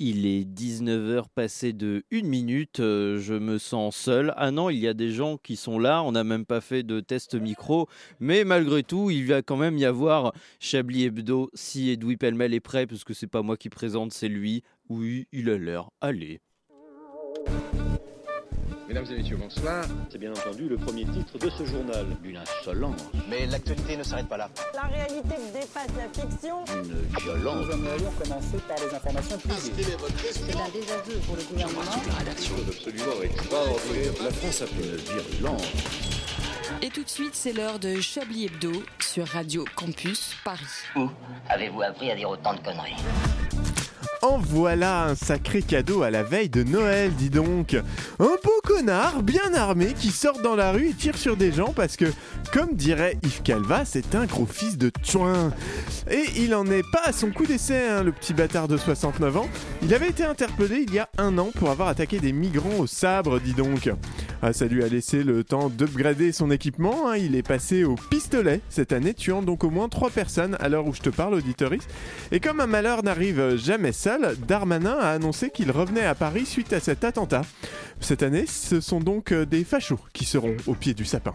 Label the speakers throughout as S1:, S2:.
S1: Il est 19h passé de 1 minute, euh, je me sens seul. Ah non, il y a des gens qui sont là, on n'a même pas fait de test micro, mais malgré tout, il va quand même y avoir Chablis Hebdo si Edoui Pellemel est prêt, parce que c'est pas moi qui présente, c'est lui. Oui, il a l'heure. Allez.
S2: Mesdames et messieurs, bonsoir.
S3: C'est bien entendu le premier titre de ce journal. Une insolence,
S4: Mais l'actualité ne s'arrête pas là.
S5: La réalité dépasse la fiction.
S3: une violence.
S6: C'est un désaveu pour le gouvernement.
S7: Et tout de suite, c'est l'heure de Chablis Hebdo sur Radio Campus Paris.
S4: Où avez-vous appris à dire autant de conneries
S8: En voilà un sacré cadeau à la veille de Noël, dis donc. Un beau connard bien armé qui sort dans la rue et tire sur des gens parce que, comme dirait Yves Calva, c'est un gros fils de tchouin. Et il en est pas à son coup d'essai, hein, le petit bâtard de 69 ans. Il avait été interpellé il y a un an pour avoir attaqué des migrants au sabre, dis donc. Ah, ça lui a laissé le temps d'upgrader son équipement, hein. il est passé au pistolet cette année, tuant donc au moins 3 personnes à l'heure où je te parle, auditoriste. Et comme un malheur n'arrive jamais seul, Darmanin a annoncé qu'il revenait à Paris suite à cet attentat. Cette année, ce sont donc euh, des fachos qui seront au pied du sapin.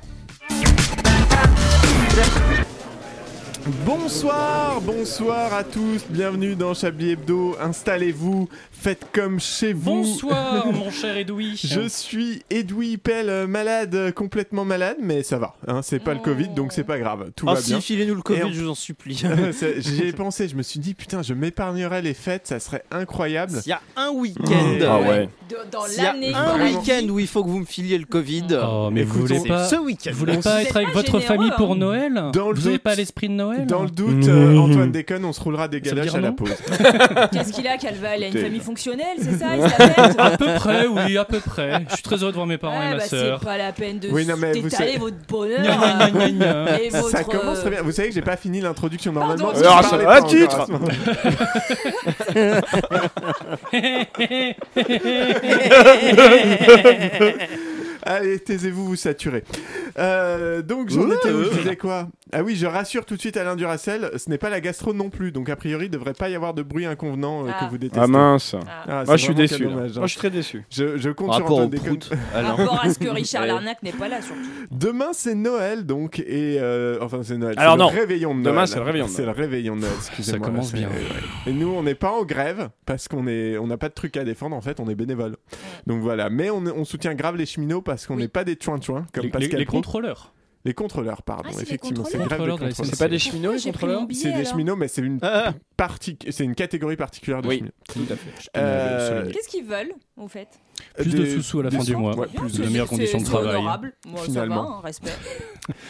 S8: Bonsoir, bonsoir à tous, bienvenue dans Chablis Hebdo, installez-vous, faites comme chez vous.
S9: Bonsoir, mon cher Edoui.
S8: Je suis Edoui Pell, euh, malade, euh, complètement malade, mais ça va. Hein, c'est pas le Covid, donc c'est pas grave. Tout
S1: Ah
S8: va
S1: si,
S8: bien.
S1: filez-nous le
S8: Et
S1: Covid,
S8: on-
S1: je vous en supplie.
S8: C'est- J'y ai pensé, je me suis dit, putain, je m'épargnerais les fêtes, ça serait incroyable.
S1: S'il y a un week-end,
S8: Ah
S9: ouais.
S6: dans
S1: s'il y a un
S8: vraiment.
S1: week-end où il faut que vous me filiez le Covid,
S9: Oh, mais vous
S8: Écoute,
S9: voulez
S8: on-
S9: pas,
S1: ce week-end.
S9: vous voulez pas
S6: êtes
S9: être
S6: pas
S9: avec votre
S6: généreux,
S9: famille
S6: hein.
S9: pour Noël
S8: Dans le
S9: vous n'avez
S8: doute-
S9: pas l'esprit de Noël
S8: Dans le doute, euh,
S9: Mmh.
S8: Antoine déconne, on se roulera des
S9: Ça veut
S8: galoches
S9: dire
S8: à la
S9: non
S8: pause.
S6: Qu'est-ce qu'il a, Calva Il a une
S8: Écoutez.
S6: famille fonctionnelle, c'est ça Il s'appelle
S9: À peu près, oui, à peu près. Je suis très heureux de voir mes parents et
S6: Ouais,
S9: ma
S6: bah c'est
S9: sœur.
S6: pas la peine de
S8: Oui, non, mais vous
S6: détaler
S8: savez-
S6: votre
S9: Gna,
S6: bonheur.
S9: gna, gna,
S6: euh,
S9: gna.
S6: et votre,
S8: Ça commence très
S6: euh,
S8: bien. Vous savez que j'ai pas fini l'introduction normalement.
S6: Pardon, Alors,
S8: parlais
S6: ça-
S8: pas
S6: un
S8: encore à
S6: titre
S8: ce moment. Allez, taisez-vous, vous saturez. Euh, donc j'en étais où Je disais quoi Ah oui, je rassure tout de suite Alain Duracel, ce n'est pas la gastro non plus, donc a priori il devrait pas y avoir de bruit inconvenant euh,
S6: Ah.
S8: que vous détestez.
S10: Ah mince.
S6: ah,
S8: Ah, c'est
S10: Moi je suis
S8: vraiment
S10: déçu.
S8: quel
S10: là.
S8: dommage, hein.
S10: Moi je suis très déçu.
S8: Je, je compte sur
S1: rapport au
S8: Antoine Déconne.
S1: prout, Alain.
S6: Rapport à ce que Richard
S1: Ouais.
S6: Larnac n'est pas là, surtout.
S8: Demain c'est Noël donc et euh, enfin c'est
S9: Ah,
S8: Noël. c'est
S10: Alors non.
S8: le réveillon de Noël.
S10: Demain, c'est le réveillon de
S8: C'est le réveillon de Noël. Excusez-moi.
S9: commence
S8: C'est-
S9: bien.
S8: ouais. Et nous on n'est pas en grève parce qu'on est on n'a pas de truc à défendre en fait on est bénévole. Donc voilà mais on, on soutient grave les cheminots parce qu'on n'est pas des chouin chouin comme
S9: Les, les-
S8: Pascal
S9: les
S8: Praud.
S9: contrôleurs.
S8: Les contrôleurs pardon
S6: Ah, c'est les
S8: effectivement c'est
S6: contrôleurs.
S8: grave
S9: Contrôleurs de la
S8: contrôleurs.
S9: SNCF. Ah,
S10: C'est pas des cheminots les
S6: J'ai pris mon
S10: contrôleurs
S6: billet,
S8: C'est des
S6: alors.
S8: cheminots mais c'est une
S1: Ah,
S8: partie c'est une catégorie particulière de
S10: Oui.
S8: cheminots.
S10: Tout à fait.
S8: Euh,
S6: Qu'est-ce qu'ils veulent, au fait
S9: Plus de sous-sous à la
S8: des
S9: fin du
S8: sous-
S9: mois.
S8: ouais, plus
S9: De
S6: C'est-
S8: de-
S9: meilleures
S6: c'est-
S9: conditions de
S6: c'est
S9: travail.
S6: honorable. Moi,
S8: Finalement.
S6: ça va, hein, respect.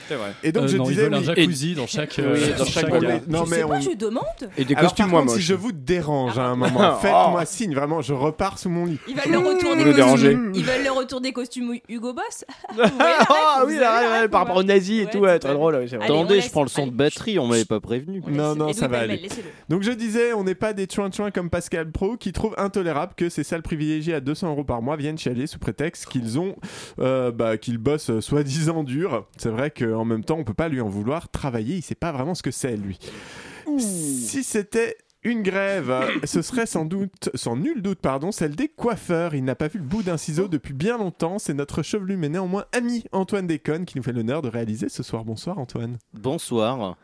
S10: C'est vrai.
S8: Et donc
S9: Euh,
S8: je
S9: non, ils
S8: disais
S9: veulent un
S8: oui,
S9: jacuzzi dans chaque.
S10: Oui,
S9: euh,
S10: dans
S9: dans
S10: chaque
S9: chaque.
S8: on
S10: bagarre.
S8: est- non
S6: je
S8: mais
S6: sais pas,
S8: on-
S6: je demande.
S10: Et des
S8: Alors,
S10: costumes
S8: par
S10: moins
S8: contre,
S10: moches.
S8: si je vous dérange à un
S10: Ah.
S8: moment, faites-moi signe, vraiment, je repars sous mon lit.
S6: Ils veulent le retour des
S10: Vous le dérangez.
S6: costumes. Ils veulent le retour des costumes Hugo Boss.
S10: Ah oui,
S6: la ref,
S10: la ref, par rapport aux nazis et
S6: Ouais,
S10: tout, ouais,
S6: tout à
S10: très
S6: fait.
S10: drôle, oui, c'est vrai.
S6: Allez, on
S1: attendez, je
S6: laisse-
S1: prends le son
S6: allez.
S1: de batterie, on m'avait pas prévenu.
S8: Non, non, ça va aller.
S6: Laissez-le.
S8: Donc je disais, on n'est pas des chouin chouin comme Pascal Pro qui trouve intolérable que ces salles privilégiées à 200 euros par mois viennent chialer sous prétexte qu'ils ont, euh, bah, qu'ils bossent euh, soi-disant dur. C'est vrai qu'en même temps, on peut pas lui en vouloir. Travailler, il sait pas vraiment ce que c'est, lui. Si c'était une grève, euh, ce serait sans doute, sans nul doute, pardon, celle des coiffeurs. Il n'a pas vu le bout d'un ciseau depuis bien longtemps. C'est notre chevelu mais néanmoins ami Antoine Déconne qui nous fait l'honneur de réaliser ce soir. Bonsoir Antoine.
S1: Bonsoir.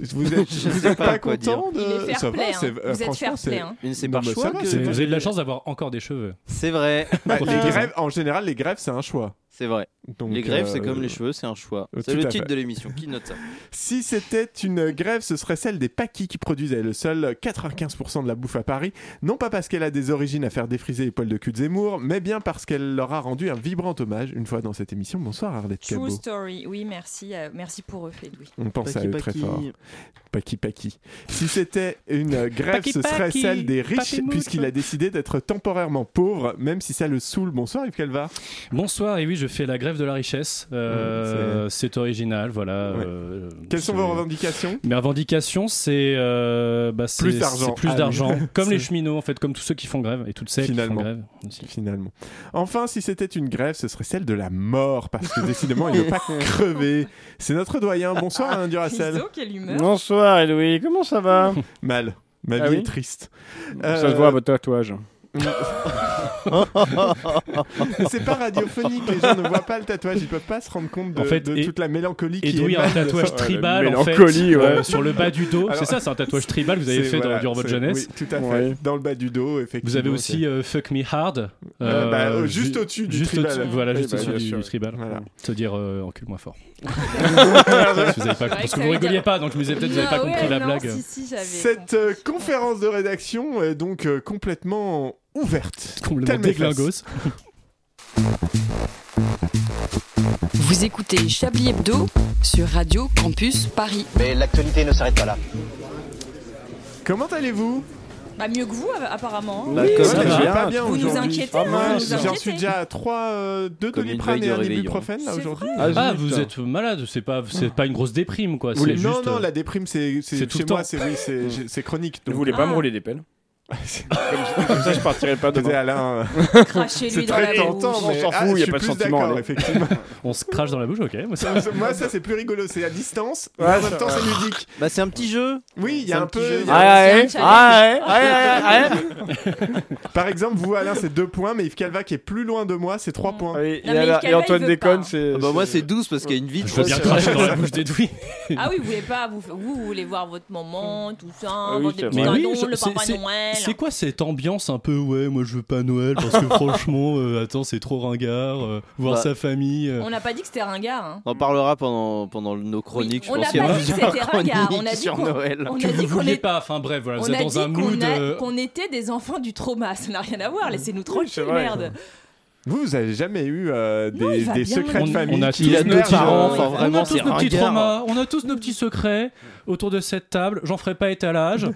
S8: Vous êtes,
S1: Je
S8: vous
S1: sais
S8: êtes
S1: pas
S8: pas,
S1: quoi
S8: content
S6: Il
S8: de...
S6: est fair
S8: ça va,
S6: play. hein.
S8: c'est- euh,
S6: Vous êtes
S8: franchement,
S6: fair
S8: c'est-
S6: play. hein.
S1: Mais C'est
S8: Non,
S1: par
S8: mais ça
S1: choix
S8: va,
S1: que-
S8: c'est-
S9: Vous avez de la chance d'avoir encore des cheveux.
S1: C'est vrai,
S8: Bah, les
S9: Profitez-en.
S8: grèves, en général, les grèves, c'est un choix.
S1: c'est vrai.
S8: Donc,
S1: Les grèves, c'est
S8: euh,
S1: comme les cheveux, c'est un choix.
S8: euh,
S1: C'est
S8: tout
S1: le
S8: à
S1: titre
S8: fait.
S1: de l'émission. Qui note ça
S8: Si c'était une grève, ce serait celle des paquis qui produisaient le seul 95% de la bouffe à Paris. Non pas parce qu'elle a des origines à faire défriser les poils de cul de Zemmour, mais bien parce qu'elle leur a rendu un vibrant hommage une fois dans cette émission. Bonsoir Arlette
S6: True
S8: Cabot.
S6: story. Oui, merci. euh, Merci pour eux, Edoui.
S8: On pense à
S1: Paki,
S8: eux très
S1: paki.
S8: fort. Paki Paki. Si c'était une euh, grève,
S9: Paki,
S8: ce serait
S9: paki.
S8: celle des riches,
S9: Papimoute.
S8: puisqu'il a décidé d'être temporairement pauvre, même si ça le saoule. Bonsoir Yves Calva.
S9: Bonsoir, et oui, je fais la grève de la richesse. Euh, c'est original, voilà.
S8: Ouais.
S9: euh,
S8: Quelles sont
S9: c'est-
S8: vos revendications
S9: Mes revendications, c'est euh, bah, c'est-
S8: Plus d'argent.
S9: c'est
S8: Ah
S9: plus
S8: oui.
S9: d'argent. Comme les
S8: C'est-
S9: cheminots, en fait, comme tous ceux qui font grève et toutes celles qui
S8: Finalement.
S9: font grève. aussi.
S8: finalement. Enfin, si c'était une grève, ce serait celle de la mort, parce que décidément, il ne veut pas crever. C'est notre doyen. Bonsoir, Alain Duracell.
S6: Iso, quelle humeur.
S10: Bonsoir Edoui, comment ça va
S8: Mal. Ma
S10: Ah
S8: vie
S10: oui
S8: est triste. Euh,
S10: Ça se voit à votre tatouage.
S8: c'est pas radiophonique, les gens ne voient pas le tatouage, ils peuvent pas se rendre compte de,
S9: En fait,
S8: de
S9: et-
S8: toute la mélancolie qui
S9: Edoui a un
S8: émane de-
S9: tatouage
S10: Ouais, la
S9: tribal en fait,
S10: mélancolie, ouais.
S9: euh, sur le bas du dos.
S8: Alors-
S9: C'est ça, c'est un tatouage tribal que vous avez
S8: C'est-
S9: fait dans-
S8: voilà,
S9: durant votre
S8: c'est-
S9: jeunesse.
S8: oui, tout à fait.
S10: Ouais.
S8: Dans le bas du dos, effectivement.
S9: Vous avez aussi euh, Fuck Me Hard.
S8: Euh, bah,
S9: euh,
S8: juste au-dessus du
S9: juste
S8: tribal.
S9: au-dessus- voilà,
S10: Oui,
S9: juste
S10: bah,
S9: au-dessus
S10: bien
S9: du,
S10: sûr.
S9: du tribal.
S8: Voilà.
S9: C'est-à-dire euh, encule-moi fort. Parce que vous avez pas- parce que vous rigoliez pas, donc je me disais peut-être que vous n'avez pas
S11: Non, Ah ouais,
S9: compris la
S11: non,
S9: blague.
S11: Si, si, j'avais
S8: Cette
S11: compris.
S8: euh, conférence de rédaction est donc euh, complètement ouverte.
S9: Complètement
S8: Calme les
S9: déglingos.
S12: Vous écoutez Chablis Hebdo sur Radio Campus Paris.
S7: Mais l'actualité ne s'arrête pas là.
S8: Comment allez-vous
S11: Bah, mieux que vous, apparemment.
S6: hein.
S1: Bah, comme
S9: ça
S8: Ouais,
S9: va.
S8: j'ai pas bien
S11: Vous nous
S8: aujourd'hui.
S11: inquiétez,
S8: Ah
S11: hein,
S8: mince,
S11: vous nous
S8: J'en
S11: inquiétez.
S8: suis déjà à 3, 2
S1: Comme une
S8: doliprane
S1: veille
S8: et
S1: de
S8: un
S1: réveillon.
S8: ibuprofène là
S11: C'est
S8: aujourd'hui. Ah.
S9: Ah, vous êtes malade, c'est pas, c'est pas une grosse déprime quoi.
S8: Vous
S9: C'est
S8: voulez-
S9: juste.
S8: non, non,
S9: euh,
S8: la déprime, c'est c'est-
S9: c'est tout
S8: chez
S9: le
S8: moi,
S9: temps. Hmm.
S8: c'est oui, c'est- j'ai- c'est chronique.
S10: Vous
S8: donc-
S10: voulez pas
S11: Ah.
S10: me rouler des pelles
S8: C'est-
S10: Comme ça, je partirai pas
S8: Désolé,
S10: demain.
S8: Alain, euh,
S11: Crachez-lui
S8: c'est
S11: dans
S8: très
S11: la bouche.
S8: tentant, mais
S10: On s'en
S8: ah,
S10: fout,
S8: je
S10: y a
S8: suis
S10: pas de
S8: plus
S10: sentiment,
S8: d'accord,
S10: là.
S8: effectivement.
S9: On se crache dans la bouche, ok. moi, ça-
S8: Moi, ça, c'est plus rigolo, c'est à distance, mais
S10: Ouais,
S8: en même
S10: ça-
S8: temps, c'est ludique.
S1: Bah, c'est un petit jeu.
S8: Oui, il y
S1: C'est
S8: a
S1: un
S8: un
S1: petit
S8: peu.
S1: jeu,
S8: il y a-
S10: Ah ouais,
S11: C'est un
S10: ah ouais, ah ouais, ah ouais,
S8: Par exemple, vous, Alain, c'est 2 points, mais Yves Calva, qui est plus loin de moi, c'est 3
S10: ah
S8: points.
S10: ouais.
S11: mais Calva,
S10: Et et Antoine
S11: il veut pas.
S10: déconne, c'est.
S1: Ah bah, moi, c'est 12 parce qu'il y a une vitre.
S9: Ah, Je veux bien cracher dans la bouche d'Edoui.
S11: Ah oui, vous voulez pas, vous, vous vous voulez voir votre maman, tout ça,
S10: Ah oui,
S11: votre
S10: c'est
S11: petit
S10: vrai.
S9: Mais oui,
S11: canon,
S9: je-
S11: le
S9: c'est-
S11: papa Noël.
S9: C'est quoi cette ambiance un peu ouais moi je veux pas Noël parce que franchement euh, attends c'est trop ringard euh, voir
S1: Bah.
S9: sa famille euh.
S11: On n'a pas dit que c'était ringard. hein.
S1: On en parlera pendant, pendant nos chroniques.
S11: Oui,
S1: je
S11: on
S1: pense
S11: n'a
S1: qu'il y a
S11: pas dit que
S1: plusieurs
S11: c'était ringard, on a
S1: chroniques
S11: dit
S1: sur
S11: qu'on-
S1: Noël.
S11: On
S9: que
S11: a
S9: vous
S11: dit qu'on
S9: vouliez
S11: est-
S9: pas enfin bref voilà
S11: on
S9: vous
S11: a
S9: êtes
S11: dit
S9: dans un
S11: qu'on
S9: mood
S11: a-
S9: euh,
S11: qu'on était des enfants du trauma, ça n'a rien à voir, laissez-nous
S10: c'est
S11: tranquille,
S10: vrai.
S11: merde.
S8: Vous, vous avez jamais eu euh,
S11: Non,
S8: des,
S11: il va
S8: des
S11: bien,
S8: secrets
S9: on,
S8: de famille
S9: on a
S8: qui
S9: tous
S8: émergent,
S9: nos parents,
S8: euh,
S1: enfin,
S9: on a
S1: vraiment,
S9: tous
S1: c'est
S9: nos petits
S1: ringard.
S9: traumas, on a tous nos petits secrets autour de cette table. J'en ferai pas étalage.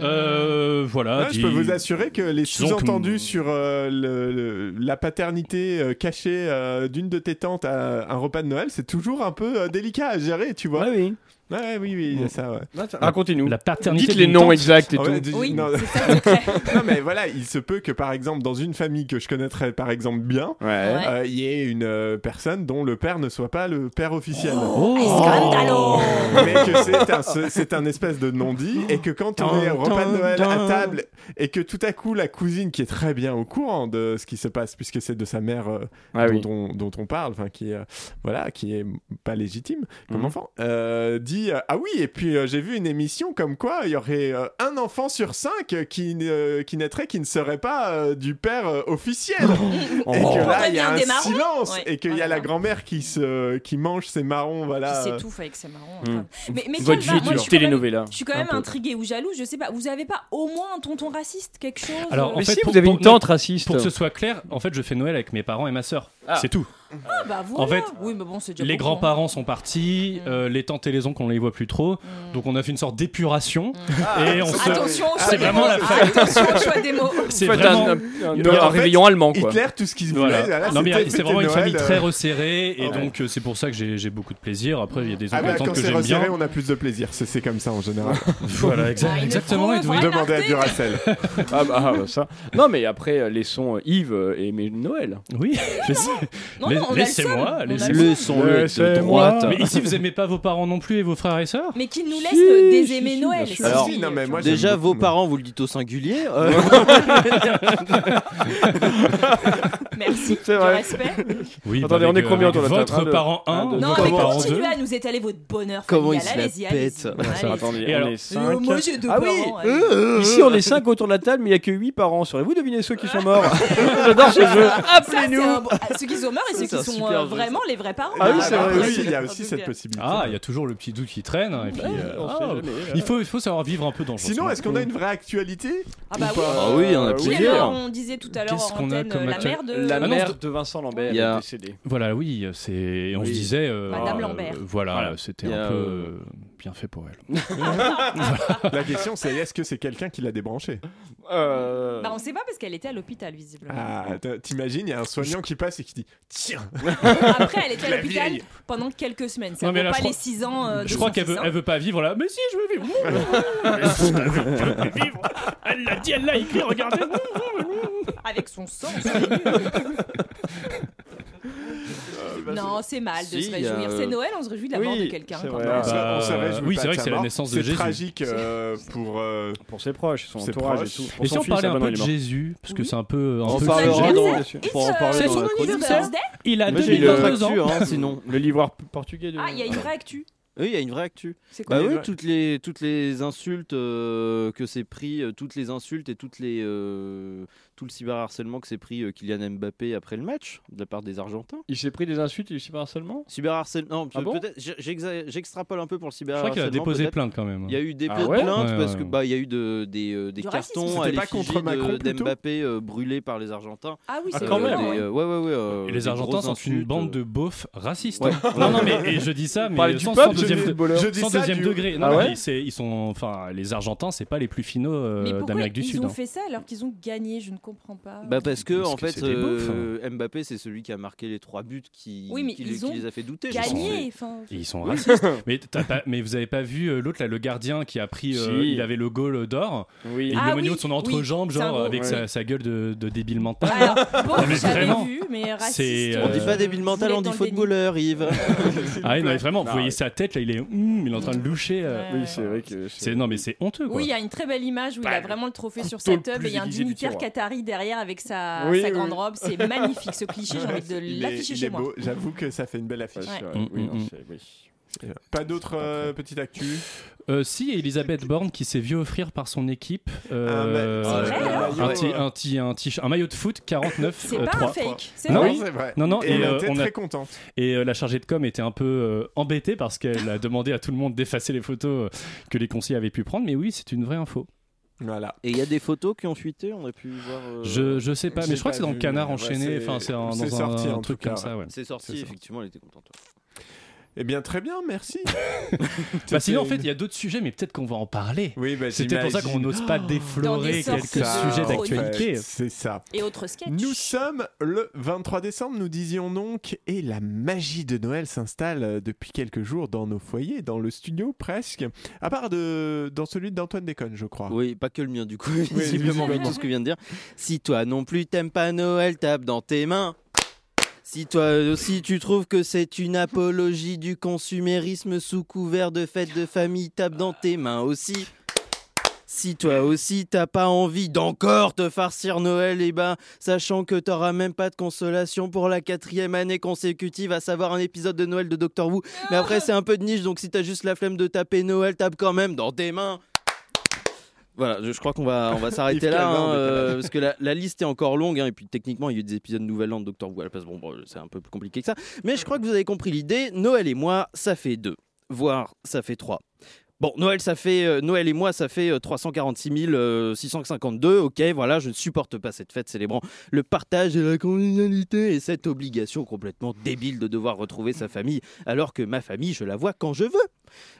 S9: Euh, voilà.
S8: Là, je
S9: dis-
S8: peux vous assurer que les
S9: disons que-
S8: sous-entendus sur euh, le- le- la paternité euh, cachée euh, d'une de tes tantes à un repas de Noël, c'est toujours un peu euh, délicat à gérer, tu vois.
S10: Ouais, oui.
S8: Ouais, ouais, oui, oui, il y a ça. ouais.
S10: Racontez-nous.
S9: La paternité.
S10: Dites les
S9: d'une
S10: noms
S9: tante.
S10: exacts et
S8: En fait,
S10: tout.
S8: du-
S11: Oui,
S8: non,
S11: c'est ça le secret.
S8: non, mais voilà, il se peut que par exemple, dans une famille que je connaîtrais par exemple bien,
S10: Ouais.
S11: Ouais.
S8: euh, il y ait une euh, personne dont le père ne soit pas le père officiel.
S11: Oh.
S9: Oh.
S11: Scandalo
S8: mais que c'est un, ce- c'est un espèce de non-dit et que quand on est au repas de Noël à table et que tout à coup la cousine qui est très bien au courant de ce qui se passe puisque c'est de sa mère euh,
S10: Ah
S8: dont,
S10: oui.
S8: on, dont on parle enfin qui est, euh, voilà qui est pas légitime comme
S10: Mhm.
S8: enfant euh, dit euh, ah oui et puis euh, j'ai vu une émission comme quoi il y aurait euh, un enfant sur cinq euh, qui, ne- qui naîtrait qui ne serait pas euh, du père euh, officiel et
S11: Oh.
S8: que là
S11: Pourrait
S8: il y a
S11: bien
S8: un
S11: des marrons.
S8: silence
S11: Ouais.
S8: et qu'il y a
S11: Voilà.
S8: la grand-mère qui se qui mange ses marrons
S11: Qui
S8: voilà
S11: s'étouffe avec ses marrons.
S10: Euh, Hmm.
S11: enfin. Mais, mais
S10: Votre vie
S11: Calva,
S10: est
S11: moi,
S10: une
S11: je suis quand même-
S10: telenovela.
S11: Je suis quand même
S10: Un peu.
S11: intriguée ou jaloux, je sais pas. Vous avez pas au moins un tonton raciste, quelque chose
S9: Alors,
S11: euh,
S9: en
S10: Mais
S9: fait,
S10: si,
S9: pour-
S10: vous avez
S9: pour-
S10: une tante raciste.
S9: Pour que ce soit clair, en fait, je fais Noël avec mes parents et ma sœur.
S10: Ah.
S9: C'est tout.
S11: Ah, bah voilà.
S9: en fait,
S11: oui, mais bon, c'est déjà beaucoup,
S9: Les
S11: hein.
S9: grands-parents sont partis,
S11: Mm.
S9: euh, les tantes et les oncles, on les voit plus trop.
S11: Mm.
S9: Donc, on a fait une sorte d'épuration.
S10: Ah,
S9: et on se.
S11: Attention au
S9: c'est
S11: choix des
S9: vraiment
S11: mots.
S9: la fa-
S11: Attention au choix des mots.
S9: C'est
S10: Faites
S9: vraiment.
S10: un,
S9: Il
S10: un,
S9: y a-
S10: un
S8: en fait,
S10: réveillon allemand, quoi.
S8: Hitler tout ce qu'il voulait
S9: Voilà.
S8: voilà,
S9: non, mais
S8: c'était-
S9: c'est vraiment
S8: c'était
S9: une famille
S8: Noël,
S9: très
S8: euh,
S9: resserrée et
S8: ouais.
S9: donc euh, c'est pour ça que j'ai j'ai beaucoup de plaisir. Après, il y a des
S8: Ah
S9: oncles et
S8: bah,
S9: tantes
S8: quand
S9: que
S8: c'est
S9: j'aime
S8: resserré,
S9: bien.
S8: on a plus de plaisir. C'est- C'est comme ça en général.
S9: Voilà, exa-
S11: Ah, il est
S9: exactement.
S11: trop
S9: Edoui.
S11: vrai.
S8: Demandez à Duracell.
S10: Ah bah, ah bah, ça. Non mais après euh, laissons euh, Yves euh, aimer Noël.
S9: Oui, je sais.
S11: Non,
S9: Mais-
S11: non, on a le seum.
S9: laissez-moi,
S11: On a le
S9: laissez-
S11: seum.
S1: Laissons-le de droite.
S9: Mais ici, vous aimez pas vos parents non plus et vos frères et sœurs
S11: Mais qui nous laisse
S10: Si, si,
S11: euh, désaimer
S10: si,
S11: Noël.
S10: bien
S11: si,
S10: sûr.
S8: Alors,
S11: si,
S8: non, mais
S11: tu
S8: moi,
S11: vois.
S8: j'aime
S1: Déjà,
S8: beaucoup,
S1: vos
S8: mais-
S1: parents, vous le dites au singulier. euh,
S11: Merci,
S10: C'est
S11: du
S10: vrai.
S11: respect.
S9: Oui.
S10: Attendez, on est
S9: avec,
S10: combien
S9: avec
S10: autour de la table
S9: Votre
S10: Un, deux,
S9: parent
S10: un,
S9: 1,
S10: deux,
S11: Non,
S10: Comment
S11: mais
S9: votre parent 2.
S11: continuez à nous étaler votre bonheur
S1: Comment il
S11: familial.
S1: se
S11: Allez-y,
S1: la pète.
S11: allez-y. Allez-y.
S10: Attendez,
S9: Et
S10: on
S9: alors-
S10: est
S11: Euh,
S10: cinq.
S11: Moi, j'ai deux
S10: Ah oui, euh.
S11: parents. allez.
S10: ici on est 5 autour de la table, mais il n'y a que 8 parents. Saurez-vous deviner ceux qui sont morts J'adore ce jeu.
S11: Ça, c'est
S10: Appelez-nous
S11: un bon- ah, Ceux qui sont morts et ceux
S1: c'est un
S11: qui sont
S1: super
S11: euh,
S1: jeu,
S11: vraiment les vrais parents. bah
S10: Ah oui,
S11: hein.
S10: c'est
S9: bah
S10: vrai,
S11: Après,
S10: oui,
S8: il y a
S11: en
S8: aussi
S11: tout
S8: cette
S11: cas.
S8: possibilité.
S9: Ah, il y a toujours le petit doute qui traîne. hein, Et puis, euh,
S10: On sait
S9: ah,
S10: jamais, là.
S9: il faut, il faut savoir vivre un peu dans.
S8: Sinon, est-ce qu'on a une vraie actualité
S11: Ah bah
S8: Ou
S11: oui.
S8: pas
S1: Ah oui, on a
S10: Euh,
S11: Qui est
S1: plusieurs.
S11: mort On disait tout à l'heure
S9: Qu'est-ce
S11: en
S9: qu'on a
S11: antenne,
S9: comme
S11: euh, la
S9: actuel-
S11: mère de...
S10: La
S9: non,
S10: mère de Vincent Lambert
S1: Il y a-
S10: est décédée.
S9: Voilà, oui, c'est. et On se
S10: Oui.
S9: disait. euh,
S11: Madame
S9: euh,
S11: Lambert.
S9: Voilà,
S10: Voilà.
S9: c'était
S1: Il y a,
S9: un peu
S1: euh,
S9: euh, bien fait pour elle.
S8: La question, c'est est-ce que c'est quelqu'un qui l'a débranché
S10: Euh...
S11: Bah on sait pas parce qu'elle était à l'hôpital visiblement.
S8: Ah, t- t'imagines, il y a un soignant qui passe et qui dit Tiens
S11: Après elle était à
S8: La
S11: l'hôpital
S8: vieille.
S11: pendant quelques semaines. Ça
S9: Non,
S11: ne
S9: mais
S11: vaut
S9: là,
S11: pas
S9: je crois-
S11: les 6 ans. euh, de
S9: Je crois
S11: son
S9: qu'elle
S11: fils,
S9: veut,
S11: hein.
S9: elle veut pas vivre là. Mais si, je veux vivre. Mais si, je veux- je veux vivre. Elle l'a dit, elle l'a écrit. Regardez.
S11: Avec son sang.
S8: pas
S6: Non, c'est mal de
S1: Si,
S6: se
S1: il y a,
S6: réjouir.
S1: euh,
S6: C'est Noël, on se réjouit de la
S10: Oui,
S6: mort de quelqu'un.
S10: c'est
S6: quand
S10: vrai.
S6: même.
S10: Ah,
S8: On s'a- on
S9: bah,
S8: s'avait joué
S9: oui,
S8: pas
S9: c'est vrai
S8: de
S9: que
S8: sa
S9: c'est la
S8: mort.
S9: naissance de
S8: C'est
S9: Jésus.
S8: tragique euh, pour. euh,
S10: Pour ses proches, son
S8: Ses
S10: entourage
S8: proches.
S10: et tout. Pour
S9: Et
S10: son
S9: si on
S10: fils,
S9: parlait
S10: ah
S9: un
S10: bah non,
S9: peu de
S10: il est mort.
S9: Jésus, parce que c'est un peu. un
S1: On
S9: peu
S1: parlera
S9: son-
S1: dans,
S10: Bien sûr.
S1: on en parler
S6: C'est
S1: dans
S6: son
S1: la chronique.
S6: anniversaire
S9: Il a
S1: Moi, j'ai une autre
S9: 2022 ans.
S1: actu, hein, sinon.
S10: Le livreur p- portugais de.
S6: Ah, il y a une vraie actu.
S1: Oui, il y a une vraie actu.
S6: C'est quoi
S1: Bah
S10: les
S1: oui,
S10: vrais-
S1: toutes les, toutes les insultes euh, que s'est pris, euh, toutes les insultes et toutes les, euh, tout le cyberharcèlement que s'est pris euh, Kylian Mbappé après le match de la part des Argentins.
S10: Il s'est pris des insultes et du cyberharcèlement
S1: Cyberharcèlement, non,
S10: Ah bon
S1: peut-être, j'ai- j'exa- j'extrapole un peu pour le
S9: Je crois
S1: cyberharcèlement.
S9: qu'il a déposé
S1: peut-être.
S9: plainte quand même.
S1: Il y a eu des
S10: Ah
S1: plaintes
S10: ouais
S1: plaintes
S9: Ouais,
S1: parce que
S9: ouais.
S1: bah il y a eu de- des, euh, des
S6: Du racisme.
S1: cartons à
S8: C'était pas
S1: l'effigie
S8: contre Macron,
S1: de-
S8: plutôt
S1: d'Mbappé euh, brûlé par les Argentins.
S6: Ah oui,
S10: Ah,
S6: c'est
S10: quand
S1: Euh,
S10: même,
S1: des,
S6: violent, ouais.
S1: euh, ouais, ouais, ouais, euh,
S9: Et
S1: des
S9: les Argentins
S1: grosses
S9: sont une
S1: insultes,
S9: bande
S1: euh.
S9: de beaufs racistes.
S1: Ouais.
S9: hein. Non, non, mais et je dis ça, mais
S10: parlait du
S9: sans,
S10: peuple,
S9: sans deuxième,
S10: je dis-
S9: de-
S8: je dis
S9: sans
S8: ça
S9: deuxième
S8: du-
S9: degré. Non,
S10: Ah
S9: mais
S10: ouais
S9: c'est- ils sont, enfin, les Argentins, c'est pas les plus finaux euh,
S6: Mais pourquoi
S9: d'Amérique du
S6: ils
S9: Sud.
S6: ont
S9: hein.
S6: fait ça alors qu'ils ont gagné Je ne comprends pas.
S1: Bah parce que
S9: Parce
S1: en
S9: que
S1: fait
S9: c'est des beaufs, hein.
S1: euh, Mbappé c'est celui qui a marqué les trois buts qui,
S6: Oui, mais
S1: qui,
S6: ils
S1: qui
S6: ont
S1: les a fait douter. je pense.
S6: Gagné enfin,
S9: Et ils sont racistes. mais, t'as pas- mais vous avez pas vu euh, l'autre là, le gardien qui a pris, euh,
S10: Si.
S9: il avait le goal d'or et
S10: Oui.
S9: il
S6: Ah
S9: le menait
S6: oui,
S9: de son
S6: oui,
S9: entrejambe,
S6: c'est un
S9: genre
S6: gros-
S9: avec
S10: Ouais.
S9: sa, sa gueule de, de débile mental.
S6: Alors, bon,
S9: mais vraiment,
S6: j'avais vu, mais raciste.
S9: c'est,
S1: On
S9: euh,
S1: dit pas débile
S6: vous
S1: mental,
S6: l'êtes
S1: on dit
S6: dans le déni.
S1: footballeur Yves.
S9: Ah oui, non, mais vraiment,
S10: Non,
S9: vous voyez
S10: ouais.
S9: sa tête là, il est, hum, il est en train de loucher. euh.
S6: Ouais.
S10: Oui, c'est vrai que.
S9: C'est non, mais c'est honteux. Quoi.
S6: Oui, il y a une très belle image où il
S10: Bah,
S6: a vraiment le trophée sur
S10: couteau
S6: sa
S10: le
S6: teub
S10: plus
S6: et il y a un
S10: aiguisé du
S6: dignitaire
S10: tiroir.
S6: qatari derrière avec sa,
S10: Oui,
S6: sa
S10: oui.
S6: grande robe. C'est magnifique ce cliché, j'ai envie de
S8: il est-
S6: l'afficher
S8: il
S6: chez
S8: est
S6: moi.
S8: beau. J'avoue que ça fait une belle affiche.
S6: Ouais.
S9: Mm,
S10: Oui,
S9: mm,
S10: non,
S9: mm.
S10: c'est- oui.
S8: Pas d'autres euh, petites actus
S9: Euh, si Elisabeth Borne qui s'est vue offrir par son équipe euh,
S8: Un
S6: ma- C'est
S9: euh,
S6: vrai,
S8: maillot,
S9: un,
S8: euh,
S9: ti- un ti- un ti- un maillot de foot 49
S6: C'est
S9: euh,
S6: pas un
S9: 3.
S6: fake, c'est
S9: Non,
S8: Non,
S6: vrai.
S9: oui.
S8: c'est vrai.
S9: Non, non,
S8: et
S9: et,
S8: elle
S9: euh,
S8: était
S9: on a-
S8: très contente.
S9: Et euh, la chargée de com était un peu euh, embêtée parce qu'elle a demandé à tout le monde d'effacer les photos euh, que les conseillers avaient pu prendre. Mais oui, c'est une vraie info.
S8: Voilà.
S1: Et il y a des photos qui ont fuité, on a pu voir. euh,
S9: Je, je sais pas,
S8: J'ai
S9: mais je
S8: pas
S9: crois que c'est dans
S8: vu,
S9: le canard
S8: ouais,
S9: enchaîné.
S8: c'est-
S9: Enfin, c'est un-
S8: c'est
S9: dans un,
S8: sorti,
S9: un
S8: en
S9: truc
S8: tout
S9: comme
S8: cas,
S9: ça. ouais.
S1: C'est sorti,
S8: C'est ça.
S1: effectivement, elle était contente.
S8: Eh bien, très bien, merci.
S9: Bah, sinon, en fait, il y a d'autres sujets, mais peut-être qu'on va en parler.
S8: Oui, bah,
S9: C'était pour ça
S8: j'imagine.
S9: qu'on n'ose pas
S6: Dans des
S9: déflorer
S6: sortes
S9: quelques
S6: de
S9: sujets
S6: chroniques.
S9: d'actualité.
S8: C'est ça.
S6: Et autre sketch.
S8: Nous sommes le 23 décembre, nous disions donc, et la magie de Noël s'installe euh, depuis quelques jours dans nos foyers, dans le studio presque, à part de, dans celui d'Antoine Déconne, je crois.
S1: Oui, pas que le mien du coup, visiblement,
S8: visiblement.
S1: dans ce que vient de dire. Si toi non plus t'aimes pas Noël, tape dans tes mains. Si toi aussi tu trouves que c'est une apologie du consumérisme sous couvert de fêtes de famille, tape dans tes mains aussi. Si toi aussi t'as pas envie d'encore te farcir Noël, et ben sachant que t'auras même pas de consolation pour la quatrième année consécutive, à savoir un épisode de Noël de Doctor Who. Mais après c'est un peu de niche, donc si t'as juste la flemme de taper Noël, tape quand même dans tes mains. Voilà, je, je crois qu'on va, on va s'arrêter
S8: Yves
S1: là,
S8: Calvin,
S1: hein,
S8: on est pas
S1: euh, parce que la, la liste est encore longue, hein, et puis techniquement il y a eu des épisodes Nouvel An de Doctor Who à la place. Bon, bon, c'est un peu plus compliqué que ça, mais je crois que vous avez compris l'idée. Noël et moi, ça fait deux, voire ça fait trois. Bon, Noël, ça fait euh, Noël et moi, ça fait euh, 346 euh, 652. Ok, voilà, je ne supporte pas cette fête célébrant le partage et la convivialité et cette obligation complètement débile de devoir retrouver sa famille, alors que ma famille, je la vois quand je veux.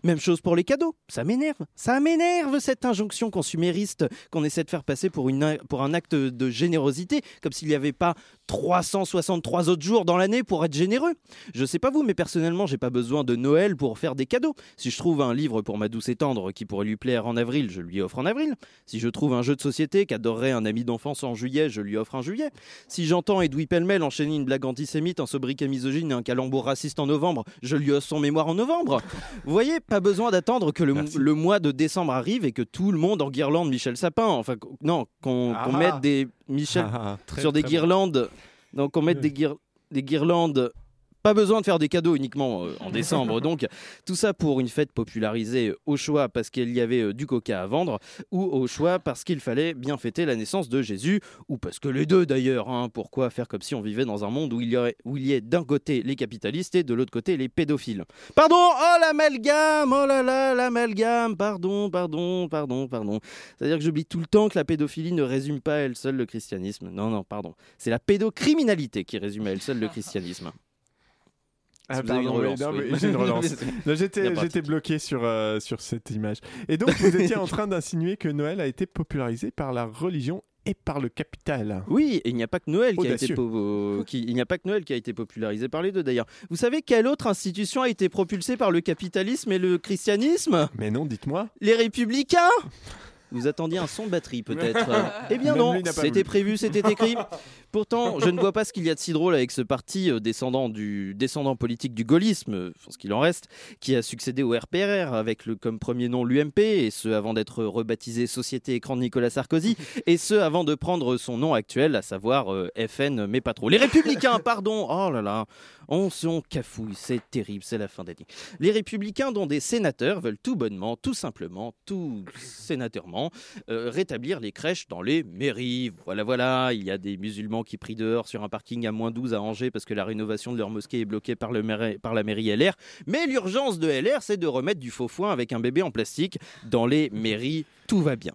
S1: Même chose pour les cadeaux. Ça m'énerve. Ça m'énerve cette injonction consumériste qu'on essaie de faire passer pour, une, pour un acte de générosité, comme s'il n'y avait pas 363 autres jours dans l'année pour être généreux. Je sais pas vous, mais personnellement, j'ai pas besoin de Noël pour faire des cadeaux. Si je trouve un livre pour ma douce et tendre qui pourrait lui plaire en avril, je lui offre en avril. Si je trouve un jeu de société qu'adorerait un ami d'enfance en juillet, je lui offre en juillet. Si j'entends Edoui Pellemel enchaîner une blague antisémite, un sobriquet misogyne et un calembour raciste en novembre, je lui offre son mémoire en novembre. Vous voyez, pas besoin d'attendre que le,
S9: Merci.
S1: le mois de décembre arrive et que tout le monde en guirlande Michel Sapin. Enfin, qu- non, qu'on qu'on
S8: Ah.
S1: mette des Michel
S8: Ah,
S9: Très,
S1: sur des
S9: très bon.
S1: guirlandes. Donc on met des, guir- des guirlandes. Pas besoin de faire des cadeaux uniquement euh, en décembre. Donc tout ça pour une fête popularisée au choix parce qu'il y avait euh, du coca à vendre ou au choix parce qu'il fallait bien fêter la naissance de Jésus ou parce que les deux d'ailleurs. hein. Pourquoi faire comme si on vivait dans un monde où il y, aurait- où il y ait d'un côté les capitalistes et de l'autre côté les pédophiles Pardon Oh l'amalgame Oh là là l'amalgame Pardon, pardon, pardon, pardon. C'est-à-dire que j'oublie tout le temps que la pédophilie ne résume pas à elle seule le christianisme. Non, non, pardon. C'est la pédocriminalité qui résume à elle seule le christianisme.
S8: Ah,
S1: Si vous avez
S8: pardon, oui, non,
S1: oui.
S8: mais j'ai une relance. Non,
S1: Bien
S8: J'étais
S1: pratique.
S8: j'étais bloqué sur, euh, sur cette image. Et donc, vous étiez en train d'insinuer que Noël a été popularisé par la religion et par le capital.
S1: Oui, et il n'y a pas que Noël qui a été
S8: Audacieux.
S1: po- euh, qui- il n'y a pas que Noël qui a été popularisé par les deux d'ailleurs. Vous savez quelle autre institution a été propulsée par le capitalisme et le christianisme
S8: Mais non, dites-moi.
S1: Les républicains Vous attendiez un son de batterie peut-être. eh bien
S8: Même
S1: non,
S8: lui n'a pas voulu.
S1: c'était prévu, c'était écrit. Pourtant, je ne vois pas ce qu'il y a de si drôle avec ce parti euh, descendant du descendant politique du gaullisme, euh, ce qu'il en reste, qui a succédé au RPR avec le comme premier nom l'UMP et ce avant d'être rebaptisé Société Écran de Nicolas Sarkozy et ce avant de prendre son nom actuel, à savoir euh, FN, mais pas trop. Les Républicains, pardon. Oh là là, on s'en cafouille, c'est terrible, c'est la fin d'année. Les Républicains, dont des sénateurs, veulent tout bonnement, tout simplement, tout sénateurement, euh, rétablir les crèches dans les mairies. Voilà, voilà, il y a des musulmans qui prient dehors sur un parking à moins 12 à Angers parce que la rénovation de leur mosquée est bloquée par, le maire- par la mairie LR. Mais l'urgence de LR, c'est de remettre du faux foin avec un bébé en plastique dans les mairies. Tout va bien.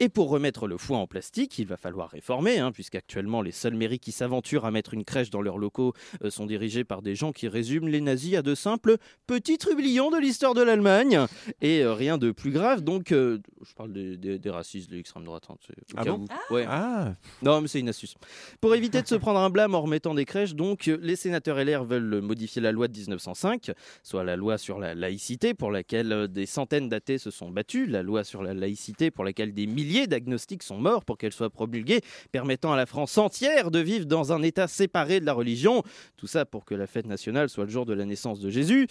S1: Et pour remettre le foin en plastique, il va falloir réformer, hein, puisqu'actuellement, les seules mairies qui s'aventurent à mettre une crèche dans leurs locaux euh, sont dirigées par des gens qui résument les nazis à de simples petits trublions de l'histoire de l'Allemagne. Et euh, rien de plus grave, donc, euh, je parle des, des- des racistes de l'extrême droite. hein, c'est au
S8: Ah
S1: cas
S8: bon
S1: où. Ouais.
S8: Ah,
S1: Non, mais c'est une astuce. Pour éviter de se prendre un blâme en remettant des crèches, donc, euh, les sénateurs LR veulent modifier la loi de 1905, soit la loi sur la laïcité pour laquelle euh, des centaines d'athées se sont battus, la loi sur la laïcité pour laquelle des milliers d'agnostiques sont morts pour qu'elle soit promulguée, permettant à la France entière de vivre dans un État séparé de la religion. Tout ça pour que la fête nationale soit le jour de la naissance de Jésus.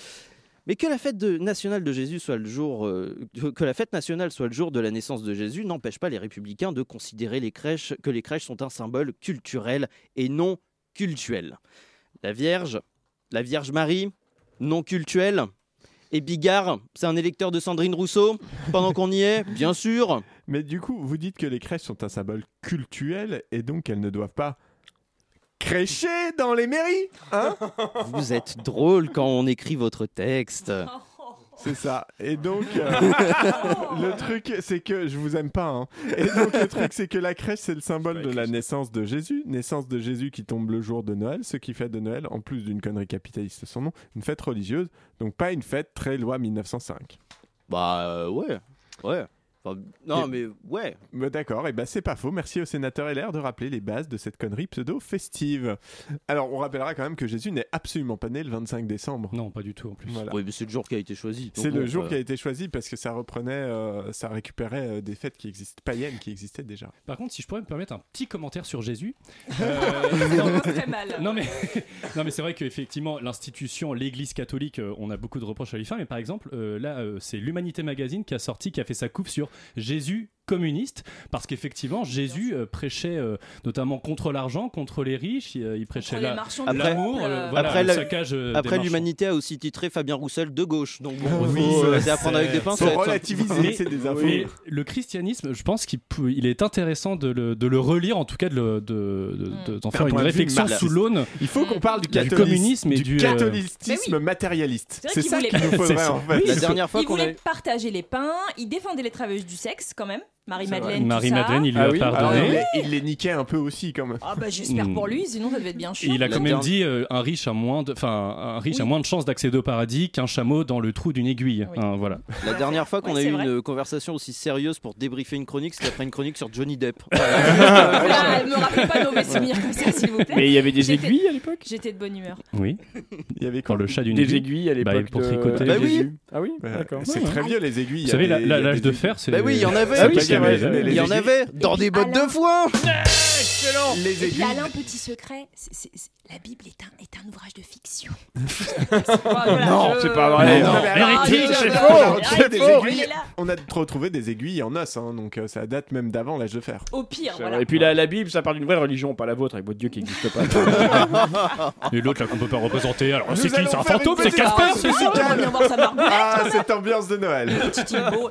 S1: Mais que la fête de- nationale de Jésus soit le jour euh, que la fête nationale soit le jour de la naissance de Jésus n'empêche pas les républicains de considérer les crèches que les crèches sont un symbole culturel et non cultuel. La Vierge, la Vierge Marie, non cultuelle. Et Bigard, c'est un électeur de Sandrine Rousseau Pendant qu'on y est, bien sûr.
S8: mais du coup, vous dites que les crèches sont un symbole culturel et donc elles ne doivent pas crêcher dans les mairies, hein
S1: Vous êtes drôle quand on écrit votre texte.
S8: C'est ça. Et donc, euh, le truc, c'est que je vous aime pas. hein. Et donc, le truc, c'est que la crèche, c'est le symbole de la naissance de Jésus. Naissance de Jésus qui tombe le jour de Noël. Ce qui fait de Noël, en plus d'une connerie capitaliste son nom, une fête religieuse. Donc, pas une fête très loi 1905.
S1: Bah euh, ouais, ouais. Enfin, non mais ouais.
S8: Bah, D'accord, et bah c'est pas faux. Merci au sénateur LR de rappeler les bases de cette connerie pseudo-festive. Alors, on rappellera quand même que Jésus n'est absolument pas né le 25 décembre.
S9: Non, pas du tout en plus.
S8: Voilà.
S1: Oui mais c'est le jour qui a été choisi. euh,
S8: C'est le
S10: euh,
S8: jour qui
S1: qui
S8: a été choisi parce que ça reprenait, euh, ça récupérait euh, des fêtes qui existent, païennes qui existaient déjà.
S9: Par contre, si je pourrais me permettre un petit commentaire sur Jésus. euh,
S6: très mal.
S9: Non mais, non mais c'est vrai qu'effectivement l'institution, l'Église catholique, euh, on a beaucoup de reproches à lui faire. Mais par exemple, euh, là, euh, c'est l'Humanité Magazine qui a sorti, qui a fait sa coupe sur Jésus communiste, parce qu'effectivement Jésus euh, prêchait euh, notamment contre l'argent, contre les riches, il, euh, il prêchait
S6: Entre les
S9: la-
S6: marchands
S1: Après-
S9: l'amour,
S6: de
S9: le-
S6: peuple,
S9: voilà,
S1: Après
S9: le
S1: la-
S9: saccage. euh, des
S1: Après,
S9: marchands.
S1: l'humanité a aussi titré Fabien Roussel de gauche, donc bon,
S8: Oui,
S1: faut, euh,
S8: c'est-
S1: c'est à prendre avec des
S8: Faut
S1: pincettes.
S8: relativiser,
S9: Mais-
S8: c'est des infos.
S9: Mais le christianisme, je pense qu'il peut- il est intéressant de le, de le relire, en tout cas de le- de- de- de- d'en faire
S8: point
S9: une
S8: de vue
S9: réflexion
S8: marxiste.
S9: sous l'aune.
S8: Il faut qu'on parle du,
S9: Du
S8: catholicisme-
S9: communisme et du, euh,
S8: catholicisme
S6: Mais
S8: matérialiste.
S6: C'est vrai
S8: C'est
S6: qu'il
S8: ça
S6: voulait-
S8: qu'il nous
S9: C'est
S8: faudrait
S9: ça.
S8: en fait.
S9: Oui,
S1: La
S9: il
S1: dernière fois
S6: Il
S1: qu'on
S6: voulait
S1: a
S6: partager les pains, il défendait les travailleuses du sexe quand même.
S8: C'est
S6: Marie-Madeleine, tout
S9: Marie-Madeleine,
S6: ça.
S9: il lui a
S10: Ah oui,
S9: pardonné.
S8: Alors, il, les, il les niquait un peu aussi quand même.
S6: Ah bah j'espère
S9: Hmm.
S6: pour lui, sinon ça devait être bien
S9: Et
S6: chiant.
S9: il a
S1: La
S9: quand même
S1: dernière-
S9: dit euh, un riche a moins de, enfin un riche a
S6: Oui.
S9: moins de chances d'accéder au paradis qu'un chameau dans le trou d'une aiguille.
S6: Oui.
S9: Hein, voilà.
S1: la dernière fois qu'on
S6: Ouais,
S1: a
S6: c'est
S1: eu
S6: vrai.
S1: une euh, conversation aussi sérieuse pour débriefer une chronique, c'était après une chronique sur Johnny Depp.
S6: Là, ne Ah, me rappelez pas de mauvais souvenirs comme ça, s'il vous plaît.
S10: Mais il y avait des
S6: J'étais-
S10: aiguilles à l'époque
S6: J'étais de bonne humeur.
S9: Oui.
S8: Il y avait
S9: Quand le chat d'une
S10: Des aiguilles
S9: aiguille.
S10: à
S9: Bah,
S10: l'époque.
S9: pour
S10: de-
S9: tricoter.
S1: Bah
S10: de
S1: oui.
S10: Jésus. Ah oui,
S8: Euh,
S10: d'accord.
S8: C'est
S9: Ouais,
S8: très vieux les aiguilles.
S9: Vous savez, la- la- l'âge de
S8: fer
S9: fer, c'est.
S1: bah oui, il y en avait.
S10: Ah oui,
S1: Bah,
S10: c'est
S1: il y
S10: vrai,
S1: avait-
S10: mais
S1: il y en
S8: les
S1: avait dans des bottes
S6: Alain-
S1: de foin.
S8: Les
S6: Et puis
S8: aiguilles.
S6: Alain, petit secret, c'est- c'est- c'est- la Bible est un, est un ouvrage de fiction. Voilà,
S10: Non,
S6: je- Ah,
S10: c'est pas vrai.
S8: Non,
S10: Non,
S8: mais arrête,
S10: Vérité,
S8: arrête,
S10: c'est
S8: arrête,
S10: faux,
S8: arrête,
S10: c'est
S8: arrête,
S10: faux.
S8: des
S6: Il
S8: aiguilles.
S6: est là.
S8: On a retrouvé des aiguilles en os, hein, donc euh, ça date même d'avant l'âge de fer.
S6: Au pire,
S10: C'est
S6: voilà.
S10: vrai. Et puis la, la Bible, ça parle d'une vraie religion, pas la vôtre, avec votre Dieu qui n'existe pas.
S9: Et l'autre là qu'on peut pas représenter. Alors
S8: Nous
S9: c'est qui
S8: allons
S9: C'est un
S8: faire
S9: fantôme
S8: une
S9: C'est
S8: petite
S9: Casper
S8: pause
S9: c'est-
S8: musicale.
S6: On va bien voir sa marmotte,
S8: Ah, cette ambiance de Noël.
S6: petit beau.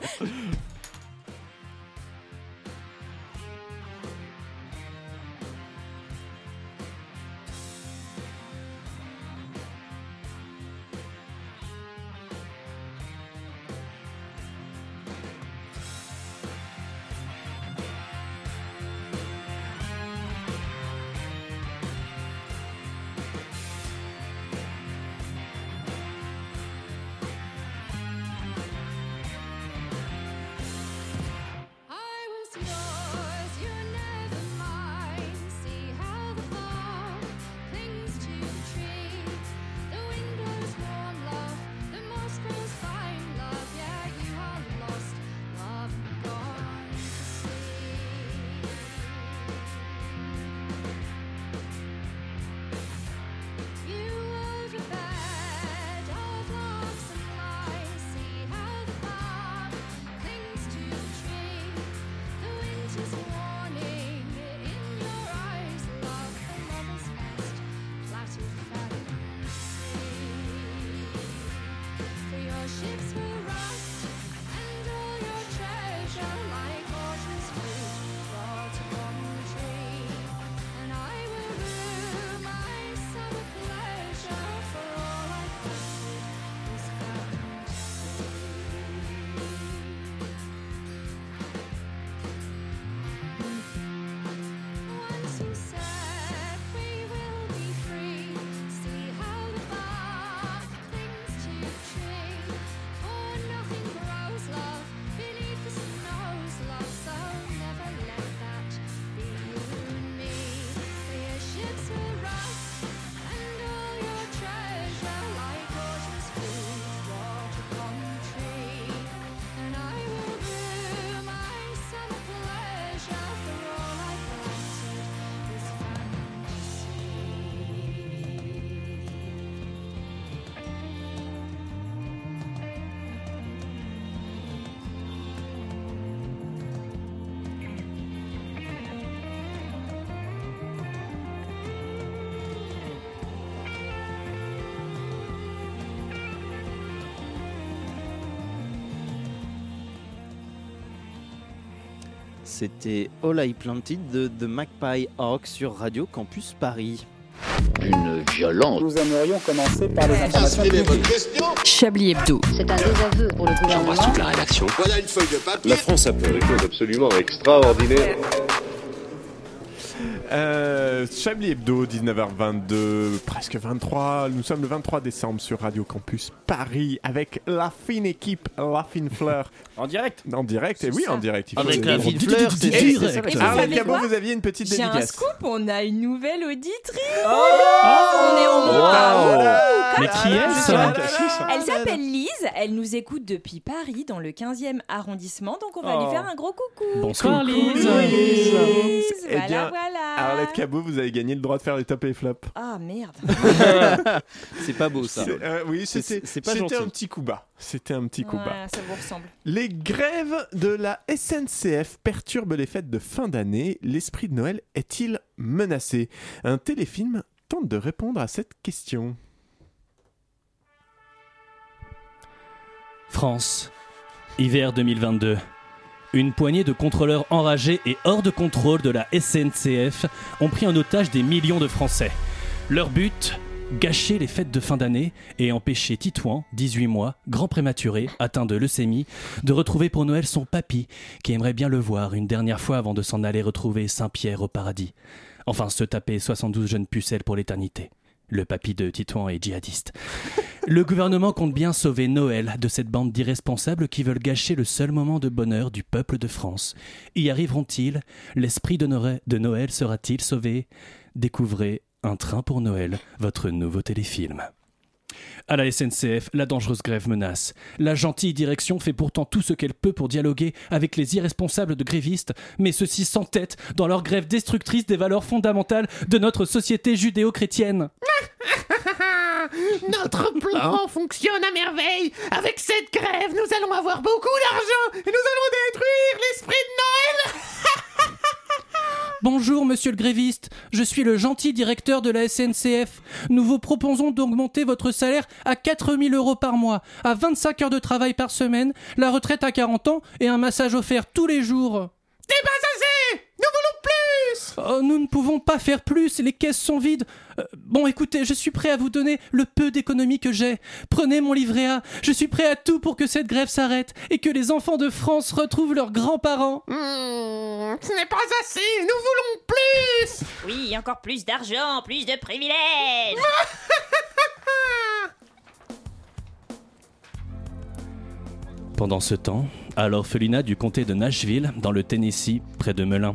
S1: C'était All I Planted de The Magpie Hawk sur Radio Campus Paris.
S13: Une violence.
S14: Nous aimerions commencer par les informations publiques.
S15: Chablis Hebdo.
S7: C'est un désaveu pour le gouvernement.
S16: la rédaction.
S17: Voilà une feuille de papier.
S18: La France a fait des choses absolument extraordinaires.
S8: Euh, Chablis Hebdo, 19h22, presque 23. Nous sommes le 23 décembre sur Radio Campus Paris avec la fine équipe, la fine fleur.
S10: en direct
S8: En direct, et oui, en direct. il faut
S1: Avec
S8: le
S1: la
S8: dire.
S1: fine fleur, c'est
S8: Et-
S1: direct.
S8: et-
S1: Et vous
S8: Arlette
S11: savez
S8: Cabot,
S11: quoi
S8: Ah, vous aviez une petite
S11: J'ai un
S8: dédicace.
S11: scoop, on a une nouvelle auditrice.
S8: Oh
S11: on est au
S8: Wow.
S11: montage.
S19: Mais qui est-ce
S11: Elle s'appelle Lise, elle nous écoute depuis Paris dans le 15e arrondissement, donc on va
S10: Oh.
S11: lui faire un gros coucou.
S19: Bonsoir Lise.
S11: Lise,
S8: Eh
S11: voilà,
S8: bien,
S11: voilà.
S8: Arlette Cabot, vous avez gagné le droit de faire les top et les flops.
S11: Ah merde.
S1: C'est pas beau ça.
S8: C'est- euh, oui,
S1: C'est-
S8: c'était
S1: c'est pas
S8: c'était
S1: gentil.
S8: un petit coup bas. C'était un petit coup bas.
S11: Ouais, ça vous ressemble.
S8: Les grèves de la SNCF perturbent les fêtes de fin d'année. L'esprit de Noël est-il menacé Un téléfilm tente de répondre à cette question.
S19: France, hiver 2022. Une poignée de contrôleurs enragés et hors de contrôle de la SNCF ont pris en otage des millions de Français. Leur but Gâcher les fêtes de fin d'année et empêcher Titouan, 18 mois, grand prématuré, atteint de leucémie, de retrouver pour Noël son papy, qui aimerait bien le voir une dernière fois avant de s'en aller retrouver Saint-Pierre au paradis. Enfin, se taper 72 jeunes pucelles pour l'éternité. Le papy de Titouan est djihadiste. Le gouvernement compte bien sauver Noël de cette bande d'irresponsables qui veulent gâcher le seul moment de bonheur du peuple de France. Y arriveront-ils L'esprit de Noël, de Noël sera-t-il sauvé Découvrez Un train pour Noël, votre nouveau téléfilm. À la SNCF, la dangereuse grève menace. La gentille direction fait pourtant tout ce qu'elle peut pour dialoguer avec les irresponsables de grévistes, mais ceux-ci s'entêtent dans leur grève destructrice des valeurs fondamentales de notre société judéo-chrétienne.
S12: Notre plan fonctionne à merveille. Avec cette grève, nous allons avoir beaucoup d'argent et nous allons détruire l'esprit de Noël.
S19: Bonjour, monsieur le gréviste. Je suis le gentil directeur de la SNCF. Nous vous proposons d'augmenter votre salaire à 4000 euros par mois, à 25 heures de travail par semaine, la retraite à 40 ans et un massage offert tous les jours.
S12: C'est pas assez. Nous voulons plus.
S19: Oh, nous ne pouvons pas faire plus, les caisses sont vides. Euh, bon, écoutez, je suis prêt à vous donner le peu d'économie que j'ai. Prenez mon livret A. Je suis prêt à tout pour que cette grève s'arrête et que les enfants de France retrouvent leurs grands-parents.
S12: Hmm, ce n'est pas assez. Nous voulons plus.
S20: Oui, encore plus d'argent, plus de privilèges
S19: Pendant ce temps, à l'orphelinat du comté de Nashville, dans le Tennessee, près de Melun.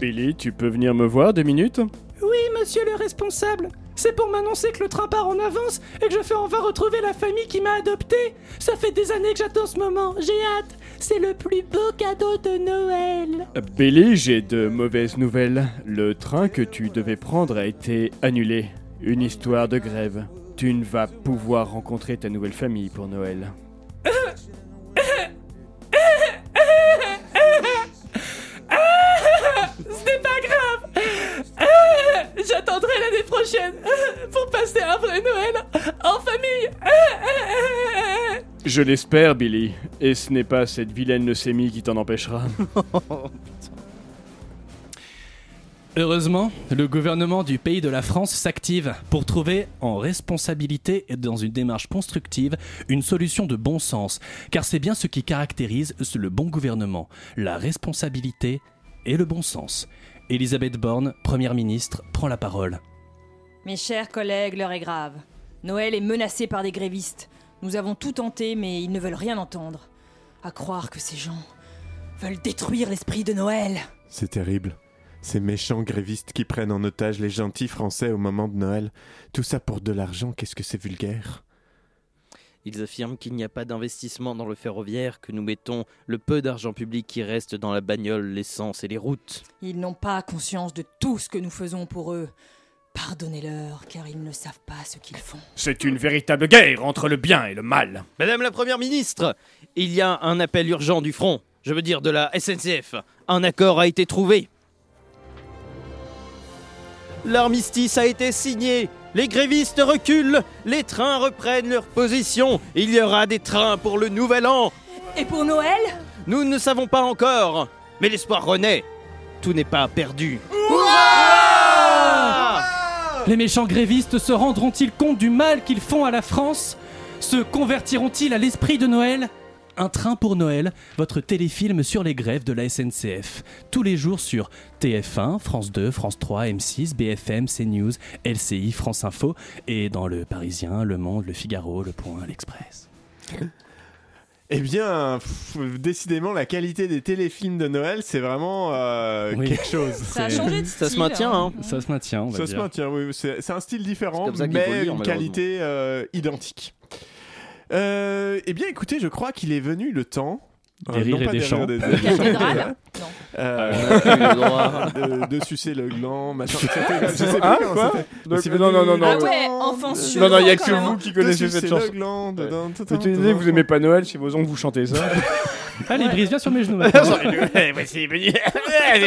S10: Billy, tu peux venir me voir deux minutes
S19: Oui, monsieur le responsable. C'est pour m'annoncer que le train part en avance et que je fais enfin retrouver la famille qui m'a adopté. Ça fait des années que j'attends ce moment. J'ai hâte. C'est le plus beau cadeau de Noël.
S10: Billy, j'ai de mauvaises nouvelles. Le train que tu devais prendre a été annulé. Une histoire de grève. Tu ne vas pouvoir rencontrer ta nouvelle famille pour Noël.
S12: Ce n'est pas grave. J'attendrai l'année prochaine pour passer un vrai Noël en famille.
S10: Je l'espère, Billy. Et ce n'est pas cette vilaine leucémie qui t'en empêchera.
S19: Heureusement, le gouvernement du pays de la France s'active pour trouver, en responsabilité et dans une démarche constructive, une solution de bon sens, car c'est bien ce qui caractérise le bon gouvernement, la responsabilité et le bon sens. Elisabeth Borne, Première ministre, prend la parole.
S11: Mes chers collègues, l'heure est grave. Noël est menacé par des grévistes. Nous avons tout tenté, mais ils ne veulent rien entendre. À croire que ces gens veulent détruire l'esprit de Noël.
S8: C'est terrible. Ces méchants grévistes qui prennent en otage les gentils Français au moment de Noël. Tout ça pour de l'argent, qu'est-ce que c'est vulgaire
S1: Ils affirment qu'il n'y a pas d'investissement dans le ferroviaire, que nous mettons le peu d'argent public qui reste dans la bagnole, l'essence et les routes.
S11: Ils n'ont pas conscience de tout ce que nous faisons pour eux. Pardonnez-leur, car ils ne savent pas ce qu'ils font.
S1: C'est une véritable guerre entre le bien et le mal. Madame la Première ministre, il y a un appel urgent du front, je veux dire de la SNCF. Un accord a été trouvé. L'armistice a été signé. Les grévistes reculent. Les trains reprennent leur position. Il y aura des trains pour le nouvel an.
S11: Et pour Noël
S1: Nous ne savons pas encore. Mais l'espoir renaît. Tout n'est pas perdu.
S9: Les méchants grévistes se rendront-ils compte du mal qu'ils font à la France Se convertiront-ils à l'esprit de Noël Un train pour Noël, votre téléfilm sur les grèves de la SNCF. Tous les jours sur TF1, France 2, France 3, M6, BFM, CNews, LCI, France Info et dans Le Parisien, Le Monde, Le Figaro, Le Point, L'Express.
S8: Eh bien, pff, décidément, la qualité des téléfilms de Noël, c'est vraiment euh,
S9: Oui.
S8: quelque chose.
S9: Ça a changé de
S1: Ça se style, maintient, hein. hein.
S9: Ça se maintient, on va
S8: Ça se
S9: dire.
S8: maintient, oui. C'est c'est un style différent,
S1: comme ça qu'il faut le
S8: mais
S1: dire,
S8: une
S1: malheureusement.
S8: qualité euh, identique. Euh, eh bien, écoutez, je crois qu'il est venu le temps. euh,
S9: Des rires
S8: non
S9: et
S8: pas
S9: des
S8: rires
S9: chants. Des cathédrales
S8: des-
S9: Non.
S10: Ah,
S8: Euh,
S9: On a plus le droit.
S8: de, de sucer le gland, machin. C'était- je sais plus
S10: Hein,
S8: comment
S10: quoi
S8: c'était.
S10: Donc,
S8: C'est venu Euh,
S10: non, non, non, non.
S6: Ah ouais, enfant sur
S10: Non, non, il n'y a
S6: quand
S10: que
S6: même. hein.
S9: hein.
S10: vous qui
S8: De
S10: connaissez
S8: sucer
S10: cette
S8: le
S10: chanson.
S8: gland, de- dans- dans-
S10: Vous utilisez, vous aimez pas Noël, chez vos oncles vous chantez ça. Ah,
S9: Allez, Brice, viens sur mes genoux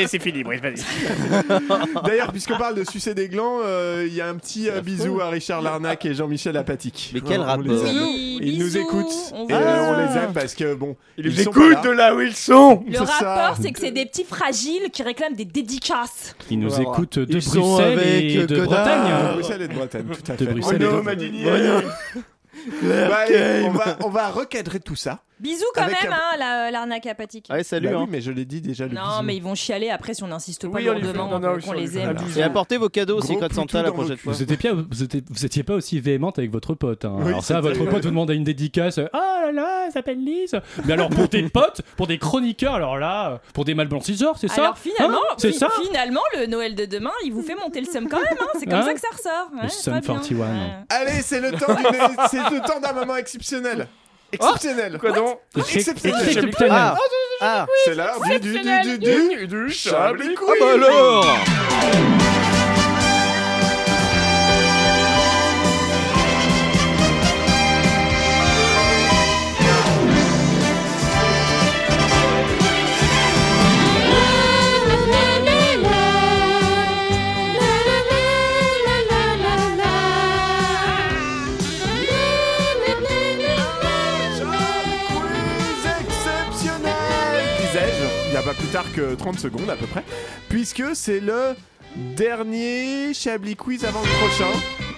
S10: c'est fini, Brice, vas-y.
S8: D'ailleurs, puisqu'on parle de sucer des glands, euh, il y a un petit euh, bisou à Richard Larnac et Jean-Michel Apatique.
S1: Mais quel
S8: On
S1: rapport
S8: les aime.
S1: Oui,
S8: Ils nous
S6: bisous,
S8: écoutent
S6: on
S8: et
S6: vous
S8: euh,
S6: aime.
S8: on les aime parce que bon,
S10: Ils nous
S8: sont
S10: écoutent
S8: pas
S10: de là où ils sont
S6: Le rapport, c'est que c'est des petits fragiles qui réclament des dédicaces.
S9: Ils nous
S8: Voilà.
S9: écoutent de
S8: Ils sont
S9: Bruxelles
S8: avec,
S9: et
S8: euh,
S9: de
S8: Godard.
S9: Bretagne.
S8: De Bruxelles et de Bretagne, tout à
S9: De
S8: fait.
S9: Bruxelles
S10: Oh
S8: Bruno
S9: et de-
S8: Madinier.
S10: Bruno.
S8: Bah, allez, on va on va recadrer tout ça.
S6: Bisous quand
S8: Avec
S6: même,
S8: un-
S6: hein, la- l'arnaque apathique.
S1: Allez, salut.
S8: Bah oui,
S1: hein.
S8: mais je l'ai dit déjà le
S6: Non,
S8: bisou.
S6: mais ils vont chialer après si on n'insiste pas
S10: Oui, on les fait,
S6: lourdement
S10: on en a
S6: donc
S10: aussi,
S6: on
S10: on les
S6: les
S10: fait.
S6: aime.
S10: Ah, bisous.
S1: Et apportez vos cadeaux au
S8: Gros
S1: Secret
S8: poutou
S1: Santa la
S8: dans le
S1: prochaine
S8: cul.
S1: fois.
S9: Vous étiez, pas, vous, étiez, vous étiez pas aussi véhémente avec votre pote. hein.
S8: Oui,
S9: alors ça,
S8: c'était-
S9: votre pote vous demande une dédicace. euh, Oh là là, elle s'appelle Lise. Mais alors pour tes potes, pour des chroniqueurs, alors là, euh, pour des malblanchisseurs, c'est ça
S6: Alors finalement,
S9: Hein c'est
S6: fi-
S9: ça
S6: finalement, le Noël de demain, il vous fait monter le seum quand même. hein, C'est comme
S9: Hein
S6: ça que ça ressort. Ouais,
S9: Le Sum
S6: très bien. Euh,
S9: 41.
S6: Ouais.
S8: Allez, c'est le temps d'une- c'est le temps d'un moment exceptionnel. Exceptionnel.
S10: Quoi donc
S8: Exceptionnel.
S9: Exceptionnel.
S1: Ah,
S8: Oh,
S1: ah,
S8: C'est l'heure du du du du du.
S10: Du, du
S8: Chablis
S10: Chablis
S8: Quiz.
S1: ah bah alors
S8: Quiz exceptionnel, disais-je, il n'y a pas plus tard que 30 secondes à peu près, puisque c'est le dernier Chablis Quiz avant le prochain.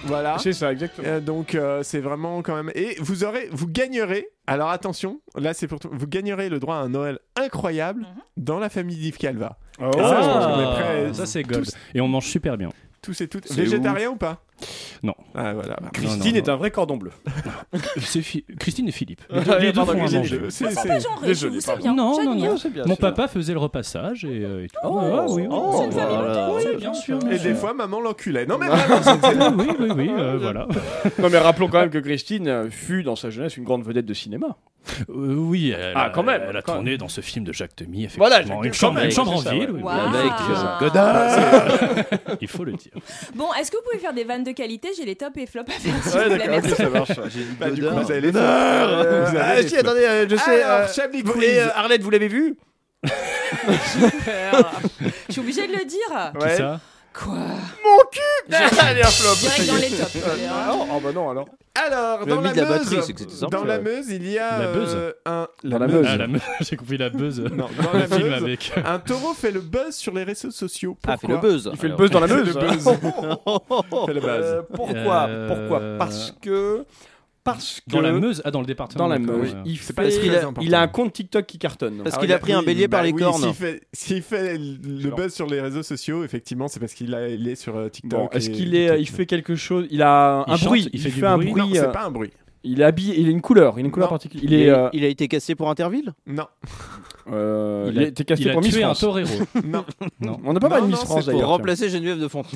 S8: Voilà.
S10: C'est ça, exactement.
S8: Euh, donc euh, c'est vraiment quand même et vous aurez vous gagnerez alors attention là c'est pour tout- vous gagnerez le droit à un Noël incroyable dans la famille d'Yves Calva
S10: Oh,
S8: Et ça, je pense qu'on est
S9: Ah,
S8: prêts, euh,
S9: ça c'est gold.
S8: tous-
S9: Et on mange super bien.
S8: tous et toutes
S1: C'est
S8: végétarien ou pas
S9: Non.
S8: ah voilà
S9: Non, non,
S10: Christine
S9: non.
S10: est un vrai cordon bleu.
S9: C'est Fi- Christine et Philippe.
S10: Ah,
S9: Les deux, les deux
S10: pardon,
S9: font à
S10: Christine,
S9: manger.
S10: je-
S8: C'est-
S6: Pas
S8: c'est-
S6: genré, je
S10: Désolé,
S6: vous
S10: pardon.
S6: sais bien.
S9: Non, non,
S6: j'admire.
S9: non. Mon papa faisait le repassage et, euh, et tout.
S10: Oh,
S9: Ah, oui, oui,
S10: oh,
S9: c'est une famille
S1: voilà.
S9: de petits, bien sûr. bien
S8: et des
S9: sûr.
S8: fois maman l'enculait non mais vraiment c'était-
S9: Oui, oui, oui, euh, voilà.
S10: Non mais rappelons quand même que Christine euh, fut dans sa jeunesse une grande vedette de cinéma.
S9: Euh, oui, elle,
S10: Ah,
S9: a-
S10: quand même,
S9: elle a
S10: quand
S9: tourné dans ce film de Jacques Demy, effectivement.
S10: Voilà, Jacques
S9: une
S10: Demy,
S9: chambre,
S10: quand même,
S9: une chambre en
S10: c'est ça,
S9: ville,
S10: ouais.
S9: oui,
S6: Wow.
S9: avec,
S6: Ah.
S9: euh, il faut le dire.
S6: Bon, est-ce que vous pouvez faire des vannes de qualité J'ai les tops et flops à faire. s'il
S10: Ouais
S6: vous plaît,
S10: d'accord, ok,
S6: merci.
S10: ça marche.
S8: Bah, du coup
S1: Godard.
S8: vous avez les
S10: Euh,
S8: Vous avez
S10: ah,
S8: les
S10: si,
S8: flops.
S10: attendez, euh, je sais.
S8: Alors,
S10: euh,
S8: Chablis
S10: vous-
S8: Quiz.
S10: et, euh, Arlette, vous l'avez vu
S6: Je suis obligée de le dire.
S9: Qui ça
S6: Quoi
S10: Allez, un flop.
S6: Direct dans les tops.
S10: Ah oh, bah non alors.
S8: alors
S1: Vous avez
S8: dans
S1: mis
S8: la,
S1: de la
S8: Meuse
S1: batterie, c'est que c'était simple, euh,
S8: dans la
S1: ouais.
S8: Meuse il y a
S9: La Meuse.
S8: euh, un
S10: Dans la Meuse.
S9: Ah, la me- J'ai compris la buzz.
S8: non dans
S9: le
S8: la
S9: film
S8: Meuse
S9: avec.
S8: un taureau fait le buzz sur les réseaux sociaux
S1: Ah, fait
S8: Pourquoi
S1: le buzz
S10: Il fait le
S1: Alors.
S10: buzz dans la
S8: C'est le
S10: meuse.
S8: buzz. fait le buzz
S10: Euh, pourquoi
S9: Euh,
S10: Pourquoi Parce que parce que
S9: Dans la Meuse Ah, dans le département.
S10: dans la
S9: d'accord,
S10: Meuse,
S9: euh.
S10: il,
S8: pas
S10: fait-
S1: très
S10: il a-
S8: important.
S10: il a un compte TikTok qui cartonne.
S1: Parce
S8: Ah,
S1: qu'il
S8: regarde,
S1: a pris un
S8: oui,
S1: bélier
S8: bah
S1: par les
S8: oui,
S1: cornes.
S8: S'il fait, s'il fait le buzz sur les réseaux sociaux, effectivement, c'est parce qu'il a- il est sur euh, TikTok.
S10: Bon, est-ce
S8: et-
S10: qu'il est,
S8: TikTok.
S10: il fait quelque chose Il a un
S9: Il chante,
S10: bruit.
S9: il fait du
S10: un
S9: bruit.
S10: bruit.
S8: Non, c'est
S10: euh,
S8: pas un bruit.
S10: Il est habillé. Il a une couleur. Il a une couleur
S8: Non.
S10: particulière.
S1: Il,
S10: Il est.
S1: a-
S10: euh,
S1: il a été cassé pour Interville
S8: Non,
S10: euh,
S9: Il
S10: il
S9: a-
S10: a été casté
S9: Il a
S10: pour Miss
S9: tué un
S10: France.
S9: torero.
S8: non.
S10: On n'a pas
S8: Non,
S10: parlé de Miss
S8: non,
S10: France
S8: c'est
S1: Pour
S10: d'ailleurs.
S1: remplacer Geneviève de Fontenay.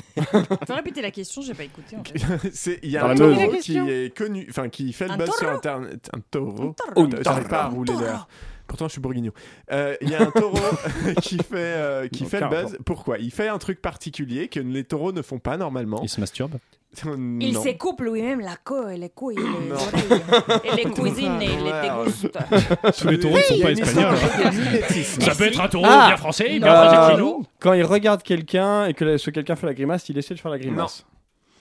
S6: T'as répété la question, j'ai pas écouté. En fait.
S8: C'est- Il y a
S10: Dans
S8: un
S10: la
S8: taureau
S10: Meuse.
S8: qui est connu, enfin qui fait le
S6: Un
S8: buzz sur
S6: taureau
S8: internet. Un taureau.
S10: Oh, une
S8: J'arrive pas à
S10: taureau.
S8: rouler d'air. Pourtant, je suis bourguignon. Euh, Il y a un taureau qui fait, euh, qui
S10: Aucun
S8: fait le buzz.
S10: rapport.
S8: Pourquoi Il fait un truc particulier que les taureaux ne font pas normalement.
S9: Il se masturbe.
S6: Il
S8: Non.
S6: se coupe lui-même la queue et les couilles et les
S8: Non.
S6: oreilles. Et les cuisines et les
S8: Ouais.
S6: dégustes.
S9: Tous les taureaux ne sont pas espagnols.
S10: hein.
S9: Ça peut être un taureau
S10: Ah.
S9: bien français, bien
S10: Euh,
S9: français chez nous.
S10: quand il regarde quelqu'un et que ce quelqu'un fait la grimace, il essaie de faire la grimace.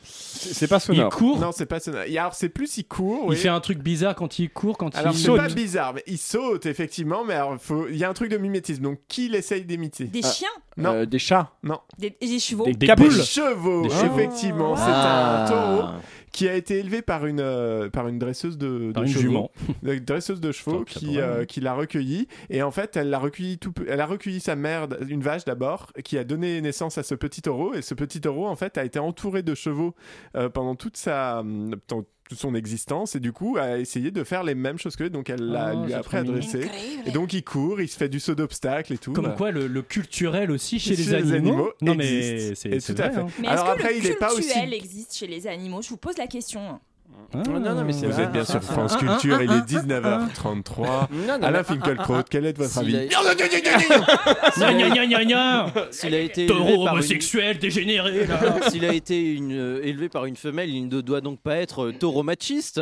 S10: c'est pas sonore.
S9: Il court.
S8: Non, c'est pas sonore. Et Alors, c'est plus il court.
S9: Il
S8: oui.
S9: fait un truc bizarre quand il court, quand
S8: Alors,
S9: il
S8: c'est pas bizarre, mais il saute, effectivement, mais alors, faut- il y a un truc de mimétisme. Donc, qui l'essaye d'imiter
S6: Des Ah. chiens
S8: Non.
S10: Euh, des chats
S8: Non.
S6: Des, des chevaux.
S10: Des- des Caboules. poules.
S8: chevaux,
S10: Des chevaux.
S8: effectivement.
S10: Ah.
S8: C'est un taureau qui a été élevé par une, euh, par une dresseuse de,
S9: Par
S8: de
S9: une
S8: chevaux.
S9: jument.
S8: Une dresseuse de chevaux
S9: Donc, ça
S8: qui,
S9: pourrait,
S8: euh,
S9: ouais.
S8: qui l'a recueilli. Et en fait, elle a recueilli, tout, pe- elle a recueilli sa mère, d- une vache d'abord, qui a donné naissance à ce petit taureau. Et ce petit taureau, en fait, a été entouré de chevaux euh, pendant toute sa... hum, ton- toute son existence et du coup a essayé de faire les mêmes choses que lui donc elle l'a
S9: Oh,
S8: lui a
S9: c'est
S8: après
S9: trop mignon.
S8: adressé et donc il court il se fait du saut d'obstacle et tout
S9: Comme
S8: Bah.
S9: quoi, le, le culturel aussi chez,
S8: Chez les animaux
S9: Non, mais
S8: existe.
S9: c'est
S8: Et
S9: c'est
S8: tout à
S9: vrai,
S8: fait.
S9: hein.
S6: Mais
S8: Alors
S6: est-ce que
S8: après,
S6: le
S8: il est pas aussi-
S6: cultuel existe chez les animaux Je vous pose la question.
S8: Non, non, mais c'est Vous êtes bien sur France Culture, il est 19h33.
S1: Non, non,
S8: Alain
S1: mais-
S8: Finkielkraut, quel est votre
S1: S'il a-
S8: avis
S9: Gna, gna, gna, gna, gna.
S1: S'il a été
S9: Taureau
S1: élevé par une-
S9: homosexuel, dégénéré, là.
S1: S'il a été une- euh, élevé par une femelle, il ne doit donc pas être euh, taureau machiste.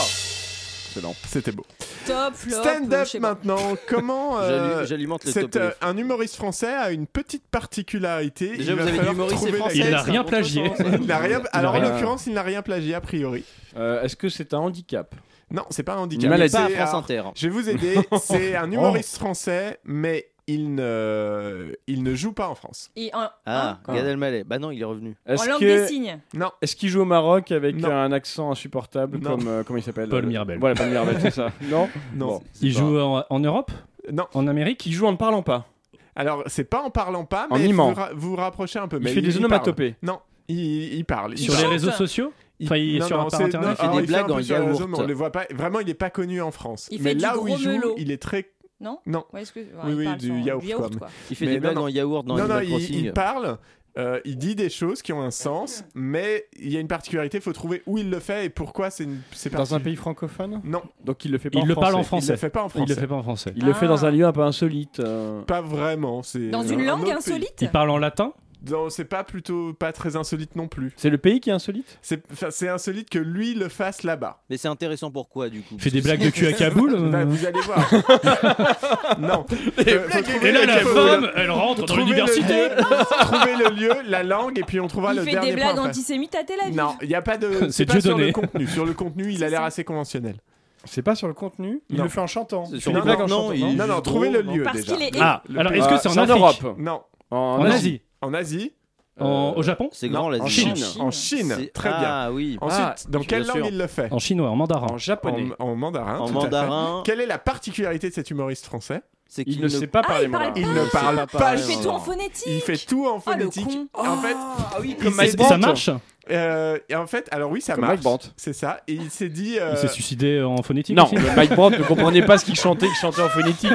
S8: Excellent. C'était beau.
S6: Top, flop.
S8: Stand
S6: euh,
S8: up
S6: je sais pas.
S8: maintenant. Comment euh,
S1: J'allu- j'alimente le
S8: cette,
S1: top
S8: euh, un humoriste français a une petite particularité.
S1: Déjà,
S8: Il
S1: vous
S8: va
S1: avez dit
S8: falloir
S1: humoriste
S8: trouver
S1: français,
S8: laquelle.
S10: Il n'a rien plagié.
S8: Il n'a rien.
S10: Il n'a
S8: Alors en
S10: rien.
S8: l'occurrence, il n'a rien plagié a priori.
S10: Euh, Est-ce que c'est un handicap
S8: Non, c'est pas un handicap.
S10: Une maladie.
S8: C'est-
S10: Pas à France
S8: alors,
S10: Inter.
S8: Je vais vous aider. C'est
S10: Oh.
S8: un humoriste français, mais il ne il ne joue pas en France.
S6: Et en,
S1: Ah,
S10: Hein
S1: Gad Elmaleh. Bah non, il est revenu.
S10: Est-ce
S6: en langue
S10: que-
S6: des signes.
S8: Non.
S10: Est-ce qu'il joue au Maroc avec euh,
S8: Non.
S10: un accent insupportable
S8: Non.
S10: comme euh, comment il s'appelle
S9: Paul
S10: euh,
S9: Mirabel.
S10: Voilà, Paul Mirabel, c'est ça. Non.
S8: Non.
S10: Bon.
S9: Il joue en, en Europe
S8: Non.
S9: En Amérique
S10: Il joue en ne parlant pas.
S8: Alors c'est pas en parlant pas,
S10: En
S8: mais vous
S10: mimant.
S8: ra- vous rapprochez un peu.
S10: Il
S8: mais
S10: fait des
S8: parle.
S10: onomatopées.
S8: Non, il, il parle. Il
S9: Sur les
S8: parle.
S9: réseaux sociaux Enfin, il est
S8: Non,
S9: sur
S8: non,
S9: un par
S8: c'est-
S9: internet.
S8: non, alors, il fait un peu sur les réseaux,
S1: yaourt.
S8: mais on les voit pas. Vraiment, il n'est pas connu en France.
S6: Il
S8: mais
S6: fait du
S8: là où
S6: gros
S8: il joue,
S6: melot.
S8: il est très.
S6: Non
S8: Non.
S6: Ouais, est-ce que- ouais,
S8: oui,
S6: il
S8: oui,
S6: parle sur-
S8: du yaourt, quoi.
S1: Il fait
S8: Mais
S1: des
S8: non,
S1: blagues
S8: non.
S1: en yaourt dans
S8: Non, non,
S1: Animal
S8: il,
S1: Crossing.
S8: il parle. euh, il dit des choses qui ont un sens, mais il y a une particularité. Il faut trouver où il le fait et pourquoi c'est une- c'est
S10: Dans un
S8: parti-
S10: pays francophone
S8: Non,
S10: Donc il le fait pas
S9: Il
S10: en
S9: le
S10: français.
S9: parle en
S8: il
S9: français.
S8: le fait pas en
S9: Il
S8: français.
S9: le fait pas en français.
S10: Il le fait
S6: Ah.
S10: dans un lieu un peu insolite. euh.
S8: Pas vraiment. C'est
S6: Dans une
S8: un
S6: langue
S8: autre pays.
S6: insolite
S9: Il parle en latin
S8: Non, c'est pas plutôt pas très insolite non plus.
S10: C'est le pays qui est insolite
S8: C'est enfin, c'est insolite que lui le fasse là-bas.
S1: Mais c'est intéressant pourquoi du coup
S9: Il fait des
S1: Parce que
S9: blagues de cul à Kaboul euh
S8: Bah, vous allez voir. non. Euh, faut trouver
S9: Et là, la
S8: Kaboul.
S9: femme, elle rentre dans
S8: Trouvez
S9: l'université.
S8: le lieu- Trouvez le lieu, la langue, et puis on trouvera
S6: Il
S8: le
S6: fait
S8: dernier
S6: des blagues
S8: point. après.
S6: antisémites à Tel Aviv.
S8: Non, il n'y a pas de.
S9: C'est
S8: pas sur
S9: Dieudonné.
S8: le contenu. Sur le contenu, il a l'air assez conventionnel.
S10: C'est pas sur le contenu Il
S8: Non.
S10: le fait en chantant.
S1: C'est
S10: Il
S1: sur
S10: fait des
S1: le
S10: blagues en
S1: contenu,
S10: chantant.
S1: il-
S10: non
S8: Non, non, trouvez le
S1: Non,
S8: lieu
S6: Parce
S8: déjà.
S6: qu'il est.
S9: Ah,
S8: Le
S9: alors
S8: pays.
S9: est-ce que
S10: Euh,
S9: c'est en
S10: c'est en
S9: Afrique
S10: Europe.
S8: Non,
S9: En Asie
S8: en Asie,
S9: En- Au Japon
S1: C'est
S8: Non,
S1: grand l'Asie.
S10: en
S9: Chine.
S8: en Chine.
S1: C'est-
S8: Très bien.
S1: Ah oui.
S10: Ah,
S8: Ensuite, dans
S1: bien
S8: quelle
S1: sûr.
S8: langue il le fait
S9: En chinois, en mandarin.
S10: En japonais.
S8: En- en mandarin.
S1: En
S8: tout à fait.
S1: mandarin.
S8: Quelle est la particularité de cet humoriste français
S1: C'est
S10: Il
S1: qu'il
S10: ne sait pas
S6: Ah,
S10: parler
S6: il parle
S10: mandarin.
S6: pas.
S8: Il ne parle
S1: pas
S8: pas.
S1: parler
S6: Il fait tout en phonétique.
S8: Il fait tout en
S6: Oh, le
S8: phonétique.
S6: con.
S8: En fait,
S10: comme
S8: il
S10: Mike
S8: s'est
S10: Brandt.
S9: Ça marche
S8: dit- euh, et en fait, alors oui, ça
S10: Comme
S8: marche.
S10: Mike Brandt.
S8: C'est ça. Et il s'est dit. euh,
S9: Il s'est suicidé en phonétique
S10: Non,
S9: aussi
S10: le Mike Brandt ne comprenait pas ce qu'il chantait, il chantait en phonétique.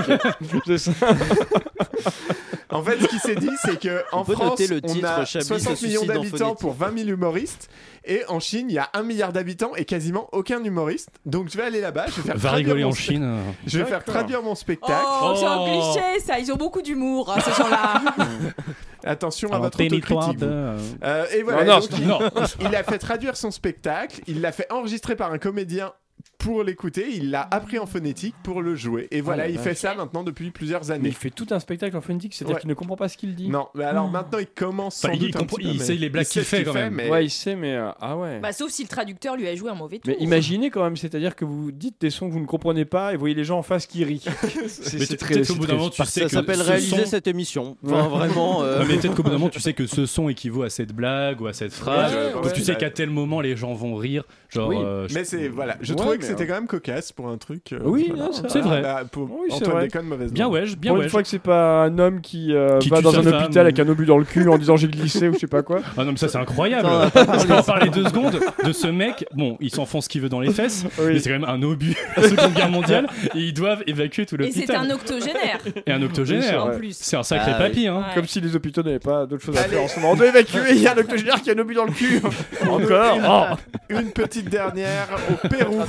S10: C'est ça.
S8: En fait, ce qu'il s'est dit, c'est que en
S1: peut
S8: France,
S1: noter le
S8: on
S1: titre,
S8: a
S1: Chablis
S8: 60
S1: se
S8: millions
S1: suicide en
S8: d'habitants
S1: phonétique.
S8: pour 20 000 humoristes, et en Chine, il y a 1 milliard d'habitants et quasiment aucun humoriste. Donc, je vais aller là-bas, je vais faire
S9: Va
S8: traduire
S9: rigoler
S8: mon
S9: en
S8: spe-
S9: Chine.
S8: Je vais faire
S10: D'accord.
S8: traduire mon spectacle.
S6: Oh, c'est un
S9: Oh.
S6: cliché ça, ils ont beaucoup d'humour hein, ces gens-là.
S8: Attention à
S9: En
S8: votre
S9: territoire
S8: autocritique. vous.
S9: de.
S8: Euh, et voilà.
S10: Non,
S8: donc,
S10: non,
S8: il,
S10: non.
S8: il a fait traduire son spectacle, il l'a fait enregistrer par un comédien pour l'écouter, il l'a appris en phonétique pour le jouer. Et voilà,
S10: Ah, Oh la
S8: il
S10: vache.
S8: fait ça maintenant depuis plusieurs
S10: Mais
S8: années.
S10: il fait tout un spectacle en phonétique, c'est-à-dire
S8: Ouais.
S10: qu'il ne comprend pas ce qu'il dit.
S8: Non, mais alors maintenant il commence sans
S9: Bah, il
S8: doute un
S9: comprend-
S8: petit peu,
S9: il
S8: mais
S9: sait les blagues
S8: sait
S9: qu'il
S8: ce
S9: fait quand même.
S8: mais-
S10: Ouais, il sait, mais. euh, ah ouais.
S6: bah, sauf si le traducteur lui a joué un mauvais tour.
S10: mais imaginez quand même, c'est-à-dire que vous dites des sons que vous ne comprenez pas et voyez les gens en face qui rient. C'est-
S9: Mais
S10: C'est
S9: peut-être
S10: très.
S9: qu'au
S10: c'est
S9: bout d'un
S10: très-
S9: moment, tu
S10: parce-
S9: sais
S1: Ça
S9: que
S1: s'appelle
S9: ce
S1: réaliser
S9: son-
S1: cette émission. Enfin, vraiment. euh,
S9: Non, mais peut-être qu'au bout d'un moment, tu sais que ce son équivaut à cette blague ou à cette phrase.
S10: Ouais,
S9: Donc
S10: ouais.
S9: tu sais qu'à tel moment, les gens vont rire. Genre,
S10: Oui,
S9: euh, je-
S8: Mais c'est voilà, je
S10: Ouais,
S8: trouvais que
S10: mais,
S8: c'était
S10: euh,
S8: quand même cocasse pour un truc. euh,
S10: Oui,
S8: voilà.
S10: non, c'est
S9: c'est vrai.
S8: Bah, pour
S10: Oui, c'est
S8: Antoine
S10: vrai.
S8: Déconne, mauvaise
S9: Bien
S8: langue.
S9: wesh, bien
S10: Pour une
S9: wesh.
S10: fois que c'est pas un homme qui, euh,
S9: Qui
S10: va
S9: tue
S10: dans
S9: sa
S10: un
S9: femme.
S10: hôpital avec un obus dans le cul en disant j'ai glissé ou je sais pas quoi.
S9: Ah non, mais ça, c'est incroyable.
S1: Ça, on a
S9: Je peux en parler deux secondes de ce mec. Bon, il s'en fonce ce qu'il veut dans les fesses, mais
S10: Oui.
S9: c'est quand même un obus à la Seconde Guerre mondiale et ils doivent évacuer tout
S6: Et c'est un
S9: l'hôpital.
S6: octogénaire
S9: Et un octogénaire.
S10: Oui,
S6: en plus.
S9: C'est un sacré
S1: Ah, oui.
S9: papy, hein.
S10: Comme si les hôpitaux n'avaient pas d'autre chose à
S8: Allez.
S10: faire en ce moment. On doit
S8: euh,
S10: évacuer, il y a un octogénaire qui a un obus dans le cul. Encore
S18: Oh.
S8: Une petite dernière au Pérou.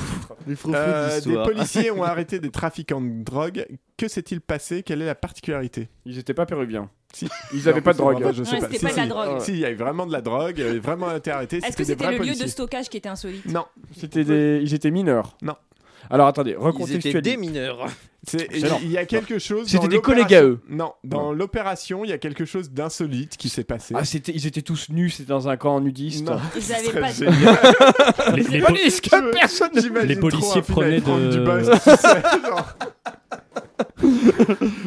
S1: les froufrous
S8: Euh, des
S1: d'histoire.
S8: policiers ont arrêté des trafiquants de drogue. Que s'est-il passé Quelle est la particularité
S10: Ils n'étaient pas péruviens.
S8: Si.
S10: Ils n'avaient pas de drogue.
S8: Enfin, je sais
S6: Ouais, c'était pas de
S8: Si,
S6: la
S8: si.
S6: drogue.
S8: Si, il y avait vraiment de la drogue, euh, vraiment été arrêté.
S6: Est-ce que
S8: des
S6: c'était
S8: vrais
S6: le lieu de
S8: policiers.
S6: stockage qui était insolite
S8: Non,
S10: C'était des... Ils étaient mineurs.
S8: Non.
S10: Alors attendez,
S1: Ils étaient
S10: recontextualiser.
S1: des mineurs.
S8: C'est-
S10: Excellent.
S8: Il y a quelque chose.
S10: C'était
S8: dans
S10: des collègues à eux.
S8: l'opération- Non, dans l'opération, il y a quelque chose d'insolite qui s'est passé.
S10: Ah, c'était- ils étaient tous nus, c'était dans un camp nudiste.
S8: Non,
S6: Ils
S8: ce
S6: avaient
S8: serait
S6: pas de-
S8: génial.
S9: Les-
S10: les polices que
S8: Je-
S10: personne ne-
S8: j'imagine
S9: Les
S8: trop
S9: policiers
S8: un film avec
S9: prenaient
S8: Franck
S9: de-
S8: Dubosc, tu sais, genre.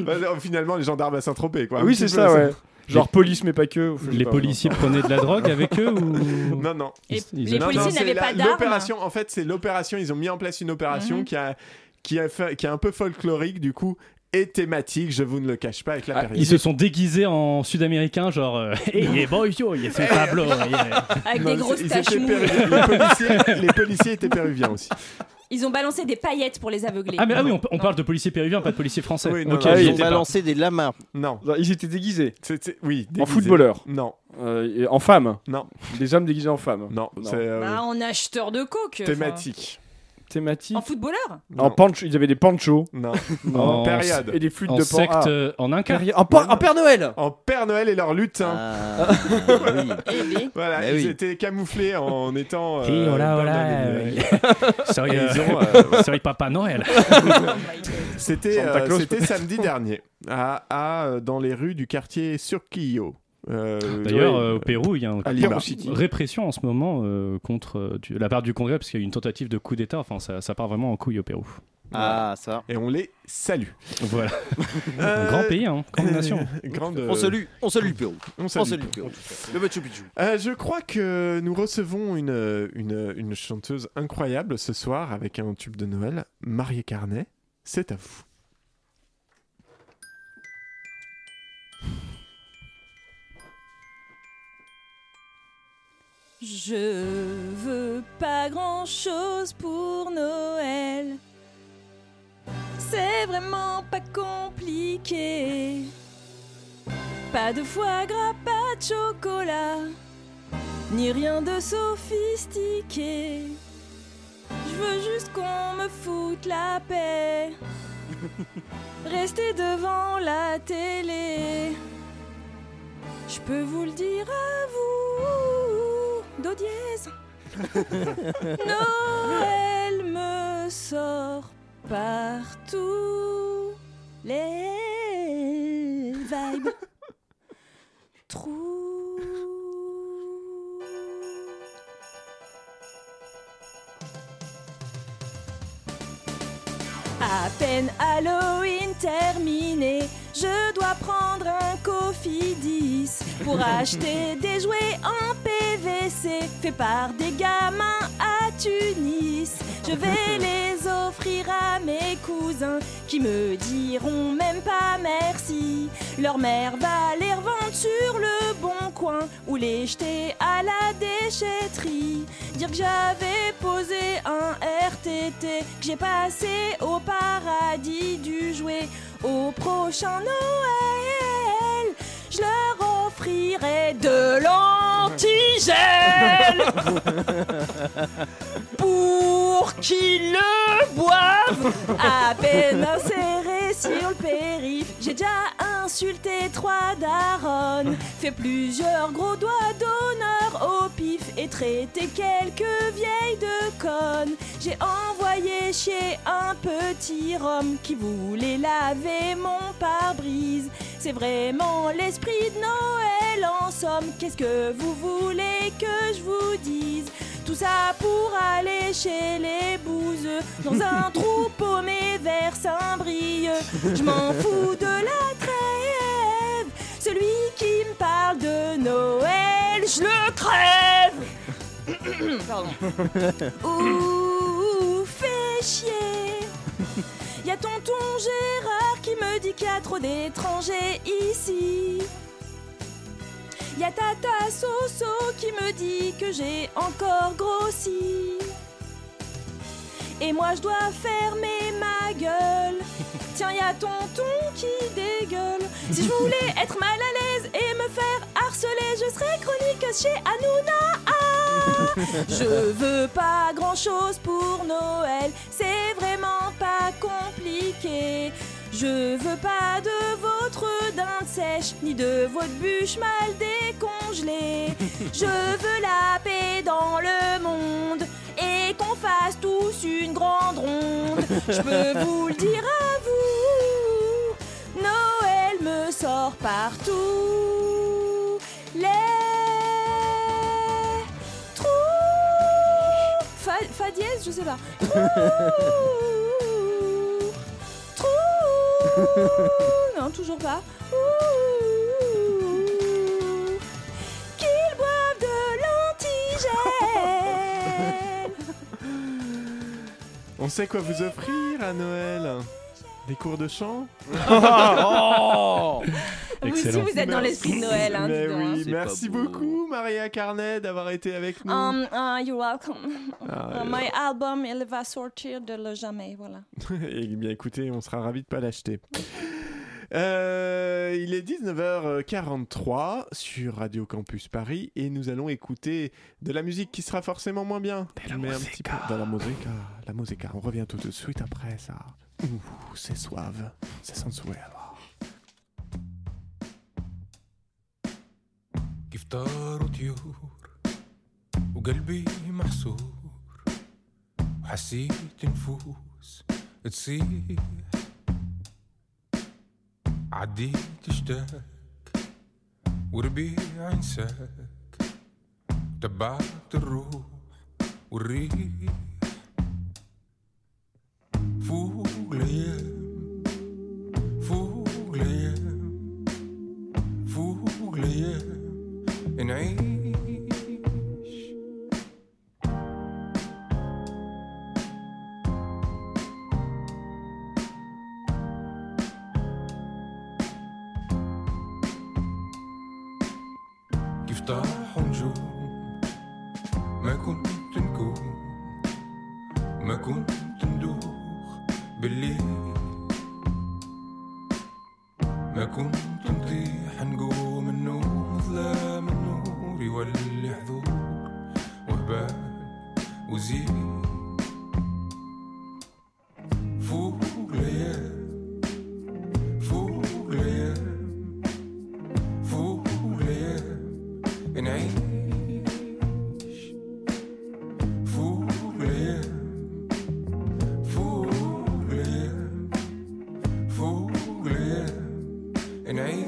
S8: Bah, non, finalement, les gendarmes à Saint-Tropez, quoi. Un
S10: Oui,
S8: petit
S10: c'est
S8: peu
S10: ça,
S8: à
S10: ouais.
S8: Saint-
S10: Genre police, mais pas que. je sais
S9: Les
S10: pas,
S9: policiers
S10: non.
S9: prenaient de la drogue avec eux ou
S8: Non, non.
S6: Et
S9: Ils- ils
S6: les
S9: avaient-
S6: policiers
S8: c'est
S6: n'avaient
S8: la-
S6: pas d'armes
S8: L'opération, en fait, c'est l'opération. Ils ont mis en place une opération
S6: Mhm.
S8: qui a qui a fait- qui est un peu folklorique du coup et thématique. Je vous ne le cache pas avec la période.
S9: Ah, Ils se sont déguisés en sud-américains, genre euh, Eh, Hey, yeah, boy, yo, yeah, c'est Pablo. yeah.
S6: avec
S8: Non,
S6: des
S8: ils-
S6: grosses
S8: ils
S6: taches
S8: étaient
S6: moues.
S8: péruviens. les, policiers, les policiers étaient péruviens aussi.
S6: Ils ont balancé des paillettes pour les aveugler.
S9: Ah, mais ah oui, on, on parle de policiers péruviens, pas de policiers français.
S8: Oui, non,
S9: Ok,
S8: non,
S9: j'y
S8: ils ont
S9: étais pas.
S1: Balancer des lamas.
S8: Non.
S10: Non, Ils étaient déguisés.
S8: C'était oui.
S10: En
S8: déguisés.
S10: footballeur.
S8: Non.
S10: Euh, et en femme.
S8: Non.
S10: Des hommes déguisés en femmes.
S8: Non.
S10: Non.
S8: C'est euh,
S6: Bah, en acheteur de coke. enfin.
S8: thématique.
S10: Thématique.
S6: En footballeur
S10: En pancho, ils avaient des panchos.
S8: Non.
S10: En
S8: En période.
S10: Et des flûtes
S9: En
S10: de pan.
S9: secte, euh, en inca.
S10: Péri- En, pan- en Père Noël
S8: En Père Noël et leur lutin.
S1: Ah, oui.
S8: Voilà,
S1: Bah
S8: ils
S1: oui.
S8: étaient camouflés en étant. euh,
S9: Hey, hola,
S8: dans
S9: hola,
S8: les-
S9: euh, Soy,
S8: Et
S9: euh,
S8: ils ont, euh,
S9: soy Papa Noël.
S8: C'était
S10: Santa
S8: euh,
S10: Claus,
S8: c'était
S10: peut-être.
S8: samedi dernier, à, à, euh, dans les rues du quartier Surquillo. Euh,
S9: D'ailleurs,
S8: oui,
S9: euh, au Pérou, il y a
S8: à
S9: une
S8: Lima.
S9: répression en ce moment euh, contre euh, du- la part du Congrès, parce qu'il y a eu une tentative de coup d'État. Enfin, ça, ça part vraiment en couille au Pérou.
S1: Ah, ça.
S8: Et on les salue.
S9: Voilà.
S8: Euh,
S9: Un grand pays, hein, grande nation.
S8: Grande,
S1: On
S8: euh,
S1: salue, on salue le Pérou.
S8: on
S1: On
S8: salue.
S1: salue le Pérou. Le Machu Picchu.
S8: Euh, je crois que nous recevons une, une, une chanteuse incroyable ce soir avec un tube de Noël, Marie Carnet. C'est à vous.
S6: Je veux pas grand chose pour Noël. C'est vraiment pas compliqué. Pas de foie gras, pas de chocolat, ni rien de sophistiqué. Je veux juste qu'on me foute la paix. Rester devant la télé. Je peux vous le dire à vous, do dièse. Noël me sort partout. Les vibes. Trou. À peine Halloween terminé, je dois prendre un Kofi 10 pour acheter des jouets en PVC faits par des gamins à Tunis. Je vais les offrir à mes cousins qui me diront même pas merci. Leur mère va les revendre sur le bon coin ou les jeter à la déchetterie. Dire que j'avais posé un RTT, que j'ai passé au paradis du jouet. Au prochain Noël, je leur offrirai de l'antigel pour qu'ils le boivent. À peine inséré sur le périph', j'ai déjà insulté trois darons, fait plusieurs gros doigts d'honneur au pif et traité quelques vieilles de connes. J'ai envoyé chez un petit rhum qui voulait laver mon pare-brise. C'est vraiment l'esprit de Noël en somme. Qu'est-ce que vous voulez que je vous dise tout ça pour aller chez les bouseux Dans un trou paumé vers Saint-Brieuc Je m'en fous de la trêve Celui qui me parle de Noël, je le crève Pardon. Ouh, fais chier y a tonton Gérard qui me dit qu'il y a trop d'étrangers ici. Y a Tata Soso qui me dit que j'ai encore grossi. Et moi je dois fermer ma gueule. Tiens, y a tonton qui dégueule. Si je voulais être mal à l'aise et me faire harceler, je serais chroniqueuse chez Hanouna. Ah je veux pas grand chose pour Noël, c'est vraiment pas compliqué. Je veux pas de votre dinde sèche, ni de votre bûche mal décongelée. Je veux la paix dans le monde et qu'on fasse fasse tous une grande ronde. Je peux vous le dire à vous. Noël me sort partout. Les trous. Fa, fa dièse, je sais pas. Trous. Trous. Non, toujours pas. Ouh. Qu'ils boivent de l'antigel.
S8: On sait quoi vous offrir à Noël Des cours de chant
S6: Oh Vous aussi,
S8: Excellent.
S6: vous êtes dans l'esprit de Noël, hein,
S8: Mais
S6: dis donc, hein.
S8: oui,
S6: C'est pas
S8: merci beaucoup Maria Carnet d'avoir été avec nous.
S6: Um, uh, you're welcome.
S8: Ah,
S6: Uh, my album, il va sortir de le jamais, voilà.
S8: Eh bien écoutez, on sera ravis de pas l'acheter. Euh, il est 19h43 sur Radio Campus Paris et nous allons écouter de la musique qui sera forcément moins bien. mais un petit peu de la musique. La musique, on revient tout de suite après ça. Ouh, c'est suave, c'est sensuel.
S21: كيف طاروا طيور وقلبي محصور وحسيت نفوس تصيح عديت اشتاك وربيع انساك تبعت الروح والريح فوق الايام فوق الايام فوق الايام نعيش كيف طاحوا نجوم ما كنت نكون ما كنت ندوخ بالليل ما كنت نطيح نقوم النوم ظلام النور يولي حضور وهبال وزيد فوق ليال فوق ليال فوق ليال نعيش فوق ليال فوق ليال فوق ليال نعيش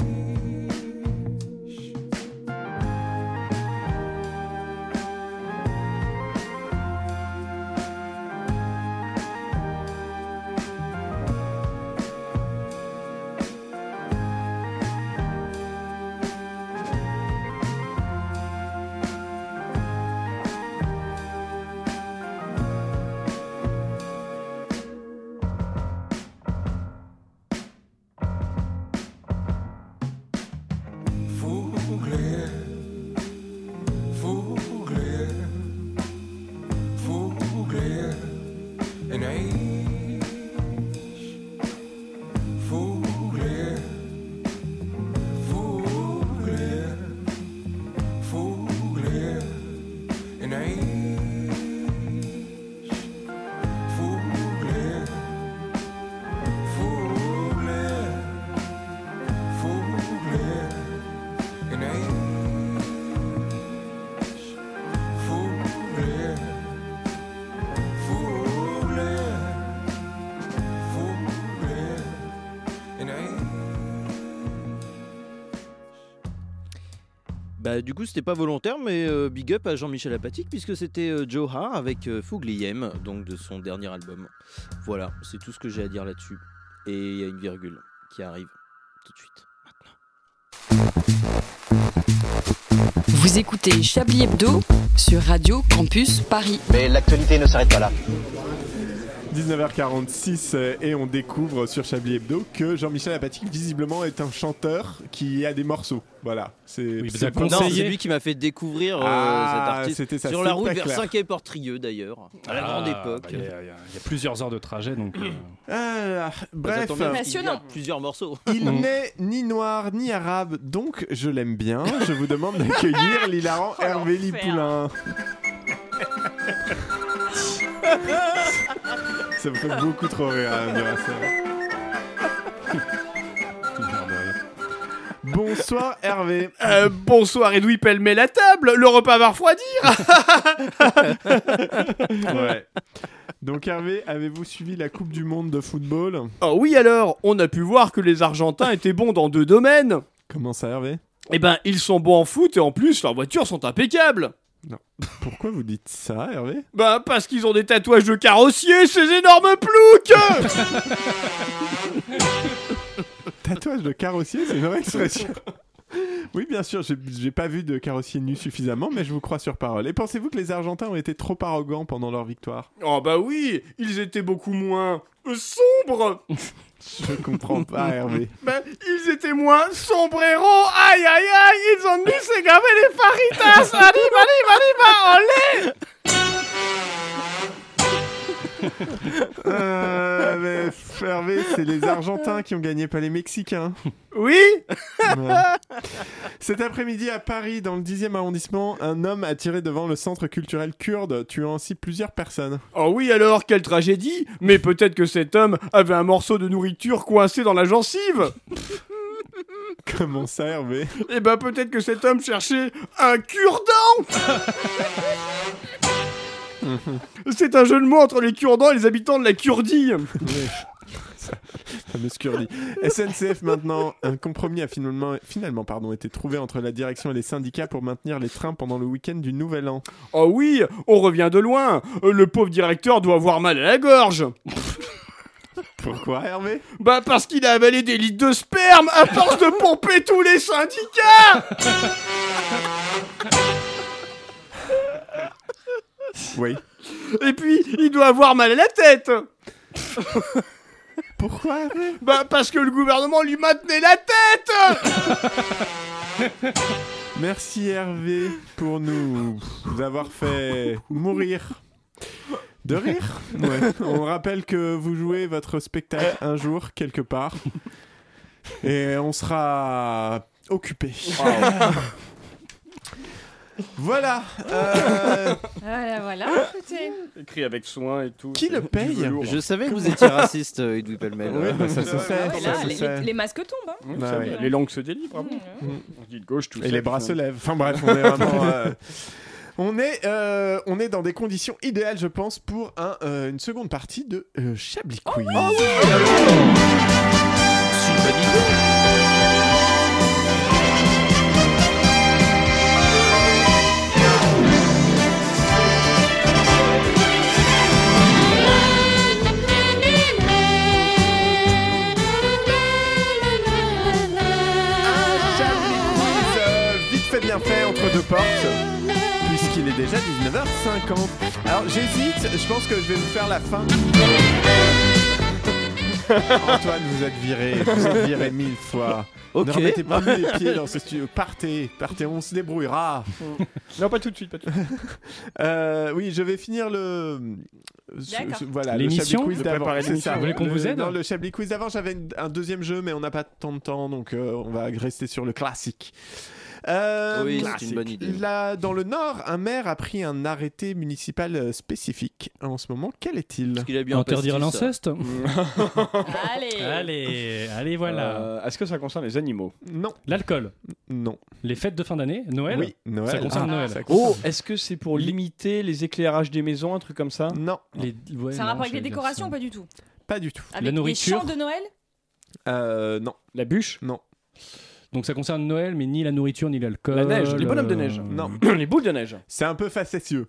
S21: فوق ليال فوق ليال فوق ليال نعيش فوق ليال فوق ليال فوق ليال نعيش فوق ليال فوق ليال فوق ليال
S1: Bah du coup c'était pas volontaire mais euh, big up à Jean-Michel Apathique puisque c'était euh, Joha avec euh, Fougliem donc de son dernier album. Voilà, c'est tout ce que j'ai à dire là-dessus. Et il y a une virgule qui arrive tout de suite.
S7: Vous écoutez Chablis Hebdo sur Radio Campus Paris. Mais l'actualité ne s'arrête pas là.
S8: 19h46 euh, et on découvre sur Chablis Hebdo que Jean-Michel Apathique visiblement est un chanteur qui a des morceaux. Voilà, c'est c'est pas-
S1: Non, c'est lui qui m'a fait découvrir euh,
S8: Ah,
S1: cet artiste
S8: c'était ça,
S1: sur la
S8: c'est
S1: route
S8: pas
S1: vers
S8: clair.
S1: 5 et Portrieux d'ailleurs, à la
S9: Ah,
S1: grande
S9: bah,
S1: époque.
S9: Il y, a- il y a il y a plusieurs heures de trajet, donc. euh,
S8: Ah là là,
S1: Ça
S8: Bref,
S1: tombe bien, parce qu'il y a plusieurs morceaux.
S8: Il n'est ni noir ni arabe, donc je l'aime bien. Je vous demande d'accueillir l'hilarant Hervé Lipoulin. Ça me fait beaucoup trop hein, rire à dire ça. Bon, Bonsoir Hervé.
S18: Euh, bonsoir Edoui Pellemé la table, le repas va refroidir
S8: Ouais. Donc Hervé, avez-vous suivi la Coupe du Monde de football
S18: Oh oui alors, on a pu voir que les Argentins étaient bons dans deux domaines.
S8: Comment ça Hervé
S18: Eh ben ils sont bons en foot et en plus leurs voitures sont impeccables.
S8: Non. Pourquoi vous dites ça Hervé
S18: Bah parce qu'ils ont des tatouages de carrossier, ces énormes ploucs
S8: Tatouage de carrossier, c'est une vraie expression. Oui, bien sûr, j'ai- j'ai pas vu de carrossier nu suffisamment, mais je vous crois sur parole. Et pensez-vous que les Argentins ont été trop arrogants pendant leur victoire
S18: Oh bah oui, ils étaient beaucoup moins euh, sombres
S8: Je comprends pas, Hervé.
S18: Bah, ils étaient moins sombrero. Aïe, aïe, aïe, ils ont dû s'égaver les faritas. Arriba, arriba, arriba,
S8: Euh, mais pff, Hervé, c'est les Argentins qui ont gagné, pas les Mexicains.
S18: Oui
S8: Ouais. Cet après-midi à Paris, dans le 10e arrondissement, un homme a tiré devant le centre culturel kurde, tuant ainsi plusieurs personnes.
S18: Oh oui, alors, quelle tragédie Mais peut-être que cet homme avait un morceau de nourriture coincé dans la gencive
S8: Comment ça, Hervé
S18: Eh ben, peut-être que cet homme cherchait un cure-dent
S8: Mhm.
S18: C'est un jeu de mots entre les cure-dents et les habitants de la Kurdie
S8: Fameuse Kurdie. SNCF maintenant, un compromis a finalement, finalement pardon, été trouvé entre la direction et les syndicats pour maintenir les trains pendant le week-end du Nouvel An.
S18: Oh oui, on revient de loin Euh, Le pauvre directeur doit avoir mal à la gorge
S8: Pourquoi Hervé
S18: Bah parce qu'il a avalé des litres de sperme à force de pomper tous les syndicats
S8: Oui.
S18: Et puis, il doit avoir mal à la tête
S8: Pourquoi Hervé
S18: Bah parce que le gouvernement lui maintenait la tête
S8: Merci Hervé pour nous avoir fait mourir. De rire Ouais. On rappelle que vous jouez votre spectacle un jour, quelque part. Et on sera occupé. voilà. euh,
S6: Voilà, voilà, écoutez.
S18: Écrit avec soin et tout.
S8: Qui le paye
S1: Je savais que vous étiez raciste, euh, Edoui Pellemel.
S8: Oui, bah, ça se sait,
S6: Ouais,
S8: ça
S6: là,
S8: se
S6: les,
S8: sait.
S6: les- les masques tombent. hein. Mm,
S8: Bah
S18: Ça,
S8: ouais.
S18: Les langues se délivrent. hein. On dit de gauche tout
S8: Et
S18: ça,
S8: les bras
S18: tout
S8: se
S18: ça.
S8: lèvent. Enfin bref, on est vraiment. euh, On est, euh, on est dans des conditions idéales, je pense, pour un, euh, une seconde partie de euh, Chablis Quiz.
S7: Ah,
S8: Euh, vite fait bien fait entre deux portes puisqu'il est déjà 19h50 alors j'hésite je pense que je vais vous faire la fin Antoine vous êtes viré vous êtes viré mille fois
S1: Ok.
S8: ne remettez pas les pieds dans ce studio partez partez on se débrouillera
S18: Non, pas tout de suite, pas tout de suite.
S8: Euh, oui je vais finir le ce-
S18: D'accord.
S8: ce- voilà le
S9: L'émission
S8: Chablis quiz
S9: Vous
S8: d'avant
S9: préparez
S8: c'est
S9: l'émission
S8: ça
S9: Vous voulez qu'on
S8: Le-
S9: vous aide
S8: non, le Chablis quiz d'avant j'avais une- un deuxième jeu mais on n'a pas tant de temps donc euh, on va rester sur le classique Euh,
S1: Oui, c'est
S8: classique.
S1: une bonne idée.
S8: Là, dans le Nord, un maire a pris un arrêté municipal euh, spécifique. En ce moment, quel est-il
S1: qu'il a bu un
S9: Interdire
S1: pastis.
S9: l'inceste
S1: Mm.
S6: Allez.
S9: Allez, allez, voilà.
S18: Euh, Est-ce que ça concerne les animaux
S8: Non,
S9: L'alcool,
S8: non.
S9: les fêtes de fin d'année, Noël
S8: Oui, Noël.
S9: Ça concerne
S8: Ah,
S9: Noël.
S8: ça concerne-
S18: Oh, est-ce que c'est pour limiter les éclairages des maisons, un truc comme ça
S8: Non,
S9: Les... ouais,
S6: C'est un
S9: non,
S6: rapport avec
S9: je
S6: les
S9: vais dire
S6: décorations ou
S9: ça.
S6: pas du tout
S8: pas du tout.
S6: Avec les
S9: nourriture.
S6: chants de Noël
S8: Euh, non,
S18: La bûche
S8: non,
S9: Donc ça concerne Noël, mais ni la nourriture, ni l'alcool.
S18: La neige, les bonhommes de
S9: euh,
S18: neige.
S8: non.
S18: les boules de neige.
S8: C'est un peu facétieux.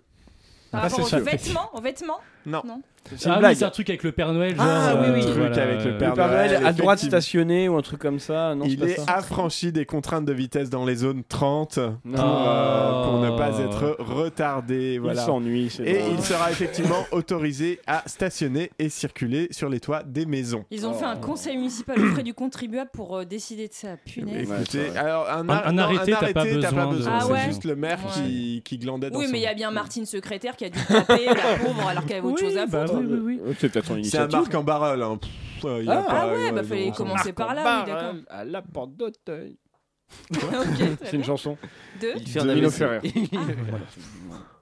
S6: Par
S9: Ah,
S6: rapport
S9: c'est
S6: aux
S9: ça.
S6: vêtements, aux vêtements
S8: Non.
S6: Non.
S18: C'est une
S9: Ah oui,
S18: blague.
S9: c'est un truc avec le Père Noël, genre.
S18: Ah, oui, oui.
S9: euh,
S8: Truc
S9: voilà,
S8: avec le
S9: euh,
S8: Père
S18: Le Père Noël
S8: Noël,
S18: a le droit de
S8: effectivement.
S18: stationner ou un truc comme ça Non, c'est
S8: Il
S18: pas
S8: est
S18: ça.
S8: affranchi des contraintes de vitesse dans les zones 30 pour,
S18: Non.
S8: euh, pour ne
S9: Ah.
S8: pas être retardé. Voilà.
S18: Il s'ennuie, c'est
S8: Et
S18: drôle.
S8: il sera effectivement autorisé à stationner et circuler sur les toits des maisons.
S6: Ils ont fait un conseil municipal auprès du contribuable pour euh, décider de ça. Punaise.
S8: Écoutez,
S18: vrai.
S8: alors un,
S9: Un-
S8: ar-
S9: un
S8: non,
S9: arrêté, t'as pas besoin de-
S6: Ah ouais
S8: C'est juste le maire
S6: Ouais.
S8: qui, qui glandait dans
S6: Oui,
S8: son-
S6: mais il y a bien Martine secrétaire qui a dû taper la pauvre alors qu'elle avait autre
S9: Oui,
S6: chose à
S9: bah
S6: foutre.
S9: oui, oui, oui.
S18: C'est peut-être son
S8: C'est un
S18: initiative.
S8: marque en barrel. hein. Pff, euh, il y a
S18: Ah.
S8: pas-
S6: Ah ouais, bah
S8: ils
S6: fallait
S8: ont-
S6: commencer par là,
S18: Barre,
S6: oui, d'accord.
S18: euh, À la porte d'Auteuil.
S6: Ok, très
S18: C'est une
S6: bien.
S18: chanson.
S6: Deux.
S1: Il fait un
S18: De Nino
S1: AVC.
S18: Ferrer.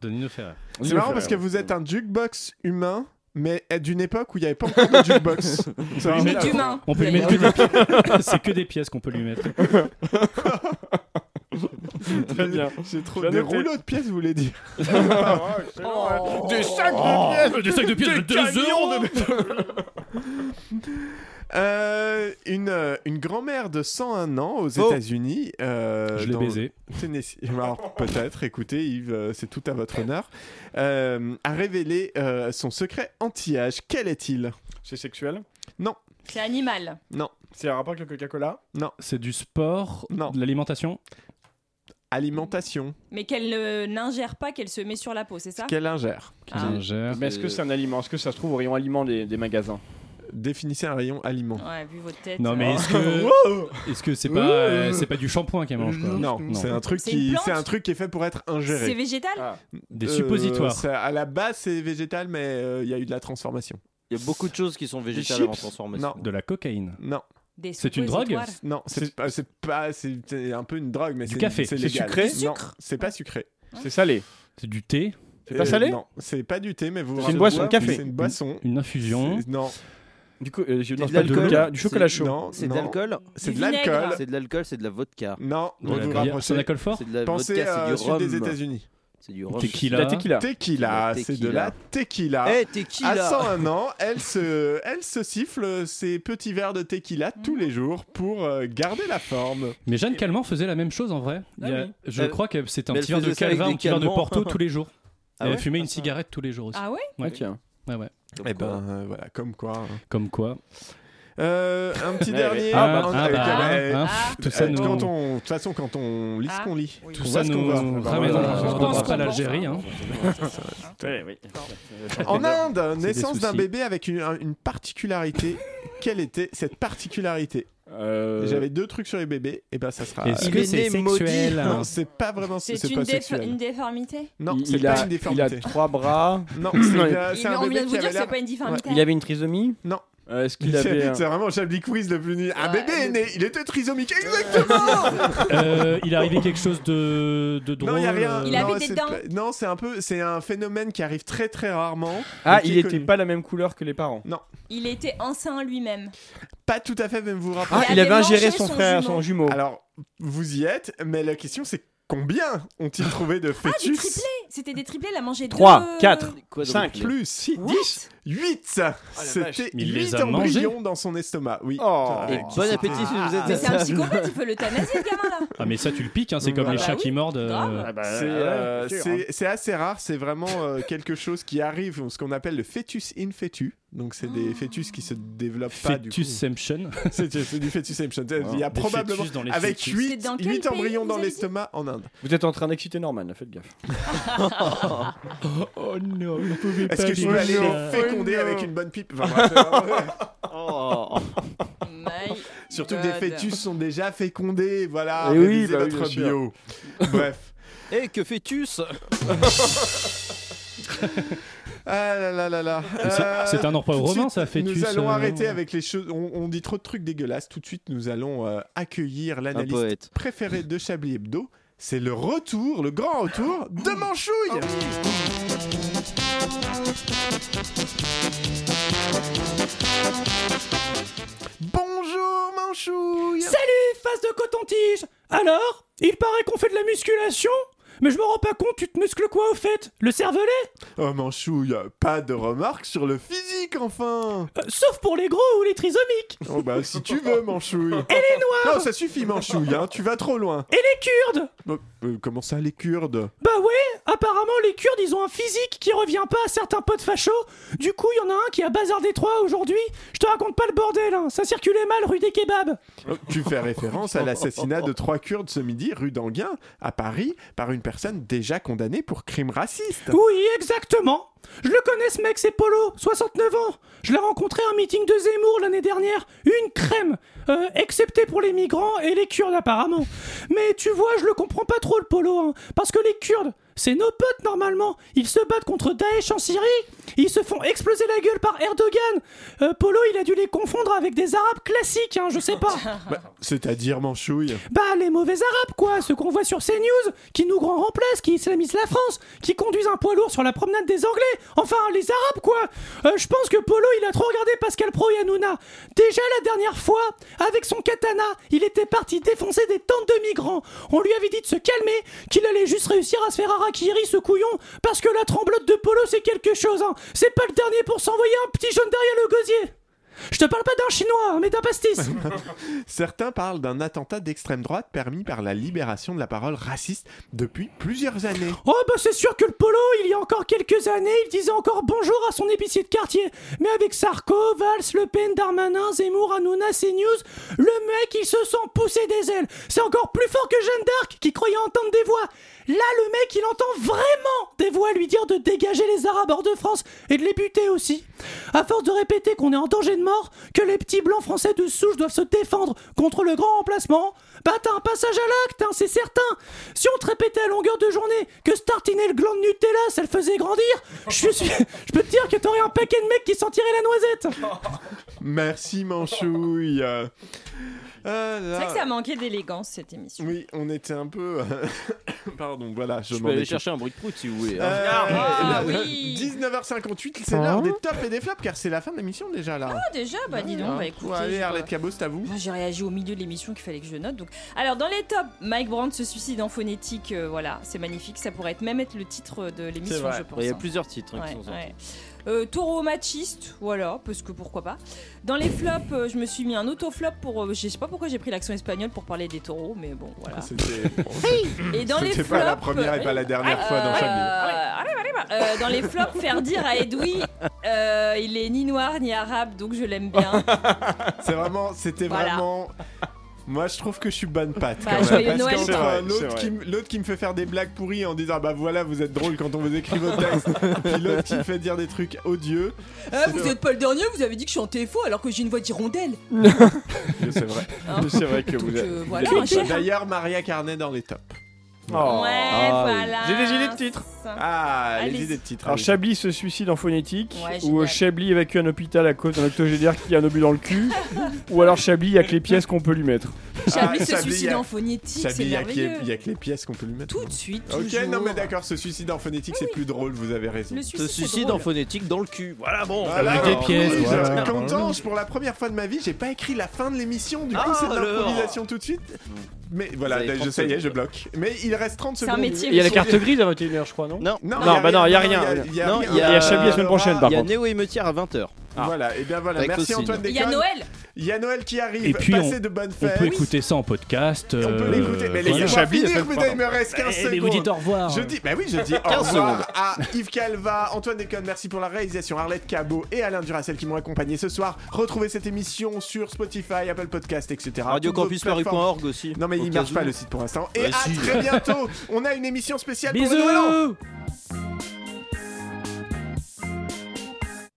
S9: De Nino Ferrer.
S8: C'est marrant parce que vous êtes un jukebox humain mais euh, d'une époque où il n'y avait pas encore de jukebox. C'est
S22: On peut lui
S8: vraiment
S22: mettre-
S8: la-
S22: On peut lui mettre que des pièces. C'est que des pièces qu'on peut lui mettre. Très bien.
S8: C'est trop
S22: Je vais
S8: des
S22: noter.
S8: rouleaux de pièces, vous voulez dire
S18: Des sacs
S8: Oh.
S18: de pièces
S8: Des sacs de pièces de
S18: Des
S8: 2
S18: camions
S8: euros.
S18: de-
S8: Euh, une euh, une grand-mère de 101 ans aux
S22: Oh.
S8: États-Unis. euh,
S22: Je l'ai
S8: dans
S22: baisée.
S8: Tennessee. Alors, peut-être, écoutez, Yves, euh, c'est tout à votre honneur. euh, a révélé euh, son secret anti-âge. Quel est-il
S10: C'est sexuel
S8: Non,
S11: C'est animal.
S8: non.
S10: C'est un rapport avec le Coca-Cola
S8: Non.
S22: C'est du sport De l'alimentation
S8: Alimentation.
S11: Mais qu'elle euh, n'ingère pas, qu'elle se met sur la peau, c'est ça
S8: Qu'elle ingère.
S11: Ah.
S10: Mais est-ce que c'est un aliment Est-ce que ça se trouve au rayon aliment des, des magasins
S8: Définissez un rayon aliment.
S11: Ouais, vu votre tête.
S22: Non, mais
S6: Oh.
S11: euh,
S22: est-ce que. Est-ce que c'est pas, euh, c'est pas du shampoing qu'elle mange quoi.
S8: Non, c'est un truc
S11: C'est une
S8: qui,
S11: plante
S8: c'est un truc qui est fait pour être ingéré.
S11: C'est végétal
S8: Ah.
S1: Des suppositoires.
S8: Euh, ça- à la base, c'est végétal, mais euh, il y a eu de la transformation.
S1: Il y a beaucoup de choses qui sont végétales
S8: chips
S1: avant transformation.
S8: Non.
S22: De la cocaïne.
S8: Non.
S11: Des C'est une drogue suppositoires.
S8: Non, c'est pas, c'est pas- c'est c'est un peu une drogue, mais
S22: Du
S8: c'est
S22: café.
S8: c'est
S22: C'est
S8: légal.
S22: sucré Du
S8: Non,
S22: sucre.
S8: c'est pas sucré. Euh,
S10: C'est salé.
S22: C'est du thé.
S10: C'est pas salé
S8: Non, c'est pas du thé, mais vous. vous
S10: C'est une
S8: rappelez-
S10: boisson,
S8: Ouais,
S10: café.
S8: C'est une boisson.
S22: Une infusion.
S8: C'est- Non.
S10: Du coup, euh, je-
S8: C'est
S10: non,
S8: de
S10: c'est pas du
S8: l'alcool.
S10: coca, du
S8: C'est-
S10: chocolat chaud.
S8: non,
S1: C'est de l'alcool
S8: C'est de l'alcool.
S1: C'est de l'alcool, c'est de la vodka.
S8: Non,
S1: vous vous rapprochez. C'est de la
S8: Pensez
S1: vodka, c'est
S8: euh,
S1: du
S8: au sud
S1: rhum.
S8: des États-Unis.
S1: C'est du rhum.
S22: Tequila. La tequila.
S8: Tequila,
S1: La
S8: c'est de la tequila.
S1: Eh, tequila.
S8: À 101 ans, elle se, elle se siffle ses petits verres de tequila tous les jours pour euh, garder la forme.
S22: Mais Jeanne Calment faisait la même chose en vrai. Il y a- Je
S1: Ah Elle-
S22: crois que c'était un
S1: mais
S22: petit
S1: elle
S22: verre de
S1: faisait ça avec
S22: Calvin,
S1: des
S22: un petit verre de
S1: Calmants.
S22: Porto tous les jours.
S1: Ah
S22: Et elle
S1: ouais
S22: fumait une cigarette tous les jours aussi.
S11: Ah ouais
S10: Ok.
S22: Ouais, ouais.
S8: Eh ben euh, voilà, comme quoi. hein.
S22: Comme quoi.
S8: Euh, un petit
S22: Ouais,
S8: dernier.
S22: ouais. Ah,
S8: Ah, bah,
S22: ah,
S8: avec-
S22: bah,
S8: avec-
S22: ah,
S8: avec-
S22: tout ça
S8: avec-
S22: nous-
S8: euh, quand on- De toute façon, quand on lit
S22: Ah.
S8: ce qu'on lit,
S22: oui.
S8: on
S22: Tout
S8: voit
S22: ça
S8: ce qu'on
S22: nous
S8: voit. Bah,
S22: ramène
S8: Voilà.
S22: dans-
S8: Voilà.
S22: dans- dans- pas la gérer, hein.
S10: Ah Ouais, oui.
S8: En Inde,
S10: C'est des
S8: naissance d'un
S10: soucis.
S8: bébé avec une, un- une particularité. Quelle était cette particularité
S10: Euh,
S8: J'avais deux trucs sur les bébés, et ben ça sera.
S22: Est-ce Il que est c'est né maudit sexuel, hein
S8: Non, c'est pas vraiment.
S11: C'est
S8: C'est
S11: une,
S8: pas
S11: défa-
S8: sexuel.
S11: une déformité
S8: Non,
S10: Il-
S8: c'est
S10: il
S8: pas
S10: a-
S8: une
S10: il a
S8: déformité.
S10: trois bras.
S8: Non,
S10: Il-
S8: c'est euh, c'est
S11: Mais
S8: un
S11: on vient
S8: bébé
S11: de
S8: qui
S11: vous dire
S8: avait
S11: que c'est
S8: l'air.
S11: pas une diffamité.
S10: Il avait une trisomie
S8: Non.
S10: Euh, Est-ce qu'il avait.
S8: C'est
S10: un-
S8: c'est vraiment Chablis Quiz le plus nul. Un bébé est né, il était trisomique. Exactement
S22: Euh, il est arrivé quelque chose de, de drôle.
S8: Non, il y a rien.
S22: euh,
S11: Il
S8: Non,
S11: avait des
S8: c'est
S11: dents.
S8: pas- Non, c'est un peu, c'est un phénomène qui arrive très très rarement.
S10: Ah,
S8: et qui
S10: il
S8: est
S10: était
S8: connu.
S10: pas la même couleur que les parents.
S8: Non,
S11: Il était enceint lui-même.
S8: pas tout à fait, mais vous vous
S10: Ah,
S8: rappelez.
S10: il avait
S11: mangé
S10: ingéré son
S11: son
S10: frère,
S11: jumeau.
S10: son jumeau.
S8: Alors, vous y êtes, mais la question c'est combien ont-ils trouvé de
S11: Ah, des
S8: fœtus
S11: triplés C'était des triplés, il a mangé
S10: 3,
S11: deux...
S10: 4,
S1: Quadruplé.
S10: 5.
S8: Plus 6, 10, 8 C'était
S22: Mais il les
S8: 8
S22: a mangés
S8: embryons dans son estomac, oui.
S10: Oh.
S8: Ah,
S1: Et
S8: ouais.
S1: bon appétit si vous êtes
S11: Mais
S1: à
S11: c'est un
S1: ça.
S11: psychopathe, il peut l'euthanasier, le gamin, là
S22: Ah, mais ça, tu le piques, hein, c'est comme
S8: Voilà.
S22: les
S8: Bah
S22: chats
S11: oui,
S22: qui mordent. euh,
S11: grave.
S8: C'est euh,
S22: hein.
S8: c'est- c'est assez rare, c'est vraiment euh, quelque chose qui arrive, ce qu'on appelle le fœtus in fœtu. Donc c'est des fœtus qui se développent pas du coup.
S22: Fœtusemption.
S8: C'est c'est du fœtusemtion. Il y a
S22: Des
S8: probablement
S22: fœtus dans les
S8: avec
S22: fœtus.
S8: 8,
S11: C'est dans quel pays,
S8: embryons
S11: vous
S8: dans
S11: avez dit
S8: l'estomac en Inde.
S10: Vous êtes en train d'exciter Norman, là, faites gaffe.
S22: Oh non, vous pouvez
S8: Est-ce
S22: pas
S8: que je
S22: dire
S8: peux aller
S22: ça.
S8: les
S10: Oh
S8: féconder
S11: Oh
S8: avec une bonne pipe Enfin, bref, c'est vraiment-
S1: Oh.
S11: My
S8: Surtout que
S11: God.
S8: des fœtus sont déjà fécondés, voilà.
S10: Eh oui,
S8: Révisez
S10: bah oui,
S8: votre
S10: bien sûr.
S8: bio. Bref.
S1: Eh, que fœtus
S8: Ah là là là là.
S22: C'est-
S8: Euh,
S22: c'est un emploi
S8: tout de
S22: romain,
S8: suite,
S22: ça, fœtus,
S8: Nous allons
S22: euh,
S8: arrêter
S22: ouais.
S8: avec les choses. On, on dit trop de trucs dégueulasses. Tout de suite, nous allons euh, accueillir
S1: Un
S8: l'analyste
S1: poète.
S8: préféré de Chablis Hebdo. C'est le retour, le grand retour de
S22: Oh,
S8: Manchouille. Bonjour Manchouille.
S22: Salut, face de coton-tige Alors Il paraît qu'on fait de la musculation Mais je me rends pas compte, tu te muscles quoi au fait Le cervelet
S8: Oh Manchouille, pas de remarques sur le physique enfin.
S22: Euh, Sauf pour les gros ou les trisomiques
S8: Oh bah si tu veux Manchouille.
S22: Et les noirs
S8: Non, ça suffit Manchouille, hein, tu vas trop loin.
S22: Et les kurdes
S8: Euh, euh, comment ça les Kurdes
S22: Bah ouais, apparemment les Kurdes ils ont un physique qui revient pas à certains potes fachos. Du coup, il y en a un qui a bazar des trois aujourd'hui. Je te raconte pas le bordel, hein. ça circulait mal rue des kebabs.
S8: Oh, Tu fais référence à l'assassinat de trois Kurdes ce midi, rue d'Anguin, à Paris, par une personne déjà condamnée pour crime raciste.
S22: Oui, exactement. Je le connais ce mec, c'est Polo, 69 ans. Je l'ai rencontré à un meeting de Zemmour l'année dernière. Une crème, Euh, excepté pour les migrants et les Kurdes apparemment. Mais tu vois, je le comprends pas trop le Polo, hein, parce que les Kurdes, C'est nos potes normalement. Ils se battent contre Daesh en Syrie. Ils se font exploser la gueule par Erdogan. Euh, Polo, il a dû les confondre avec des Arabes classiques, hein, je sais pas.
S8: Bah, C'est-à-dire manchouille.
S22: Bah, les mauvais Arabes, quoi, ceux qu'on voit sur CNews, qui nous grand remplacent, qui islamisent la France, qui conduisent un poids lourd sur la promenade des Anglais. Enfin, les Arabes, quoi. Euh, je pense que Polo, il a trop regardé Pascal Pro et Hanouna. Déjà la dernière fois, avec son katana, il était parti défoncer des tentes de migrants. On lui avait dit de se calmer, qu'il allait juste réussir à se faire harakiri, ce couillon, parce que la tremblote de Polo, c'est quelque chose, hein. C'est pas le dernier pour s'envoyer un petit jaune derrière le gosier. Je te parle pas d'un chinois, hein, mais d'un pastis.
S8: Certains parlent d'un attentat d'extrême droite permis par la libération de la parole raciste depuis plusieurs années.
S22: Oh bah c'est sûr que le polo, il y a encore quelques années, il disait encore bonjour à son épicier de quartier. Mais avec Sarko, Valls, Le Pen, Darmanin, Zemmour, Hanouna, CNews, le mec il se sent pousser des ailes. C'est encore plus fort que Jeanne d'Arc qui croyait entendre des voix. Là le mec il entend vraiment des voix lui dire de dégager les Arabes hors de France et de les buter aussi. À force de répéter qu'on est en danger de mort, que les petits blancs français de souche doivent se défendre contre le grand emplacement, bah t'as un passage à l'acte, hein, c'est certain. Si on te répétait à longueur de journée que se tartiner le gland de Nutella, ça le faisait grandir, je suis sûr- je peux te dire que t'aurais un paquet de mecs qui sentiraient la noisette.
S8: Merci manchouille. Euh, ah
S11: C'est
S8: là.
S11: vrai que ça manquait d'élégance cette émission.
S8: Oui, on était un peu. euh, Pardon, voilà. Je,
S1: Je peux
S8: m'en
S1: aller
S8: étais-
S1: chercher un bruit de prout si vous
S9: Eh
S1: voulez. hein.
S8: Euh,
S1: Ah,
S8: là,
S1: oui.
S8: 19h58, c'est l'heure des tops et des flops car c'est la fin de l'émission déjà là.
S11: Ah déjà, bah dis donc,
S8: hein.
S11: bah écoutez.
S8: Ouais, allez,
S11: j'ai-
S8: Arlette Cabot, c'est à vous.
S11: Moi, j'ai réagi au milieu de l'émission qu'il fallait que je note. Donc, alors dans les tops, Mike Brandt se suicide en phonétique. euh, voilà, c'est magnifique. Ça pourrait être même être le titre euh, de
S1: C'est
S11: l'émission,
S1: vrai.
S11: je pense.
S1: Il y a
S11: hein.
S1: plusieurs tititres hein, qui
S11: Ouais,
S1: sont sortis.
S11: ouais. Euh, taureau machiste, voilà, parce que pourquoi pas. Dans les flops, euh, je me suis mis un autoflop pour. euh, je sais pas pourquoi j'ai pris l'accent espagnol pour parler des taureaux, mais bon, voilà.
S8: Ah, C'était
S11: Et dans les
S8: C'était pas la
S11: flops,
S8: première et pas la dernière fois dans
S11: Euh,
S8: chaque
S11: allez, allez, allez. Euh, dans les flops, faire dire à Edoui, euh, il est ni noir ni arabe, donc je l'aime bien.
S8: C'est vraiment, c'était
S11: Voilà.
S8: vraiment. Moi, je trouve que je suis bonne patte.
S11: Bah,
S8: quand même.
S11: joyeux
S8: Parce
S11: Noël,
S8: qu'entre
S11: toi.
S8: un
S11: C'est vrai,
S8: autre
S11: c'est
S8: qui m- l'autre qui me fait faire des blagues pourries en disant bah voilà, vous êtes drôle quand on vous écrit vos textes, puis l'autre qui me fait dire des trucs odieux.
S9: Ah, vous êtes pas le dernier, vous avez dit que je chantais faux alors que j'ai une voix d'hirondelle.
S8: C'est vrai.
S9: Hein
S8: C'est vrai que vous
S9: euh,
S8: êtes. vous
S9: voilà,
S8: êtes
S9: un chien.
S8: D'ailleurs, Maria Carnet dans les tops.
S10: Oh. Ouais,
S8: Ah oui.
S10: voilà. J'ai des idées de titres.
S8: Ah, les idées de titres.
S10: Alors
S8: allez.
S10: Chablis se suicide en phonétique,
S8: Ouais,
S10: ou euh,
S8: génial.
S10: Chablis évacue un hôpital à cause d'un octogénaire qui a un obus dans le cul, ou alors Chablis il y a que les pièces qu'on peut lui mettre.
S9: Chablis se
S8: Ah, Chablis,
S9: suicide
S8: y a-
S9: en phonétique,
S8: Chablis,
S9: c'est
S8: il y a que les-
S9: merveilleux.
S8: Il y a que les pièces qu'on peut lui mettre.
S9: Tout de suite,
S8: Ok,
S9: toujours. Ah
S8: non mais d'accord, ce suicide en phonétique c'est plus drôle, vous avez raison.
S9: Le
S1: Ce suicide en phonétique dans le cul.
S10: Ah
S1: Voilà, bon.
S8: Voilà,
S1: Avec des
S8: alors,
S1: pièces,
S8: oui,
S1: voilà.
S8: Je suis content, je- pour la première fois de ma vie, j'ai pas écrit la fin de l'émission, du coup
S1: Ah,
S8: c'est de
S1: alors.
S8: l'improvisation tout de suite. Mais
S1: Vous
S8: voilà,
S1: avez
S8: je,
S1: 30
S8: ça y est,
S1: secondes.
S8: je bloque. Mais il reste 30
S1: C'est un
S8: secondes.
S1: métier,
S10: Il y a la carte grise à 21h, je crois, non
S1: Non,
S8: Non,
S10: bah non, il y a rien.
S8: il y a-
S10: Non,
S8: il y a-
S10: il y a Chablis la semaine prochaine, par
S1: Il y a
S10: contre.
S1: Néo Émeutière à 20h.
S8: Voilà, et bien voilà,
S1: Avec
S8: merci
S1: Rossine.
S8: Antoine
S1: Il
S11: y a
S8: Déconne.
S11: Noël.
S8: Il y a Noël qui arrive,
S18: Et puis on,
S8: passez de bonnes
S18: on
S8: fêtes.
S18: peut écouter ça en podcast. euh,
S8: On peut l'écouter, mais
S18: les
S8: laissez-moi finir, mais il me reste 15 secondes.
S18: Eh, Mais vous dites au revoir.
S8: Je dis, bah oui, je dis au
S18: 15
S8: revoir
S18: secondes.
S8: à Yves Calva, Antoine Déconne, merci pour la réalisation, Arlette Cabot et Alain Duracel qui m'ont accompagné ce soir. Retrouvez cette émission sur Spotify, Apple Podcast, etc. Toutes vos plateformes.
S1: RadioCampusParis.org aussi.
S8: Non mais
S1: Au
S8: il
S1: cas
S8: marche
S1: où.
S8: pas le site pour l'instant. Et
S1: Bah
S8: à
S1: si.
S8: très bientôt. On a une émission spéciale pour
S1: Bisous.
S8: le Nouvel An.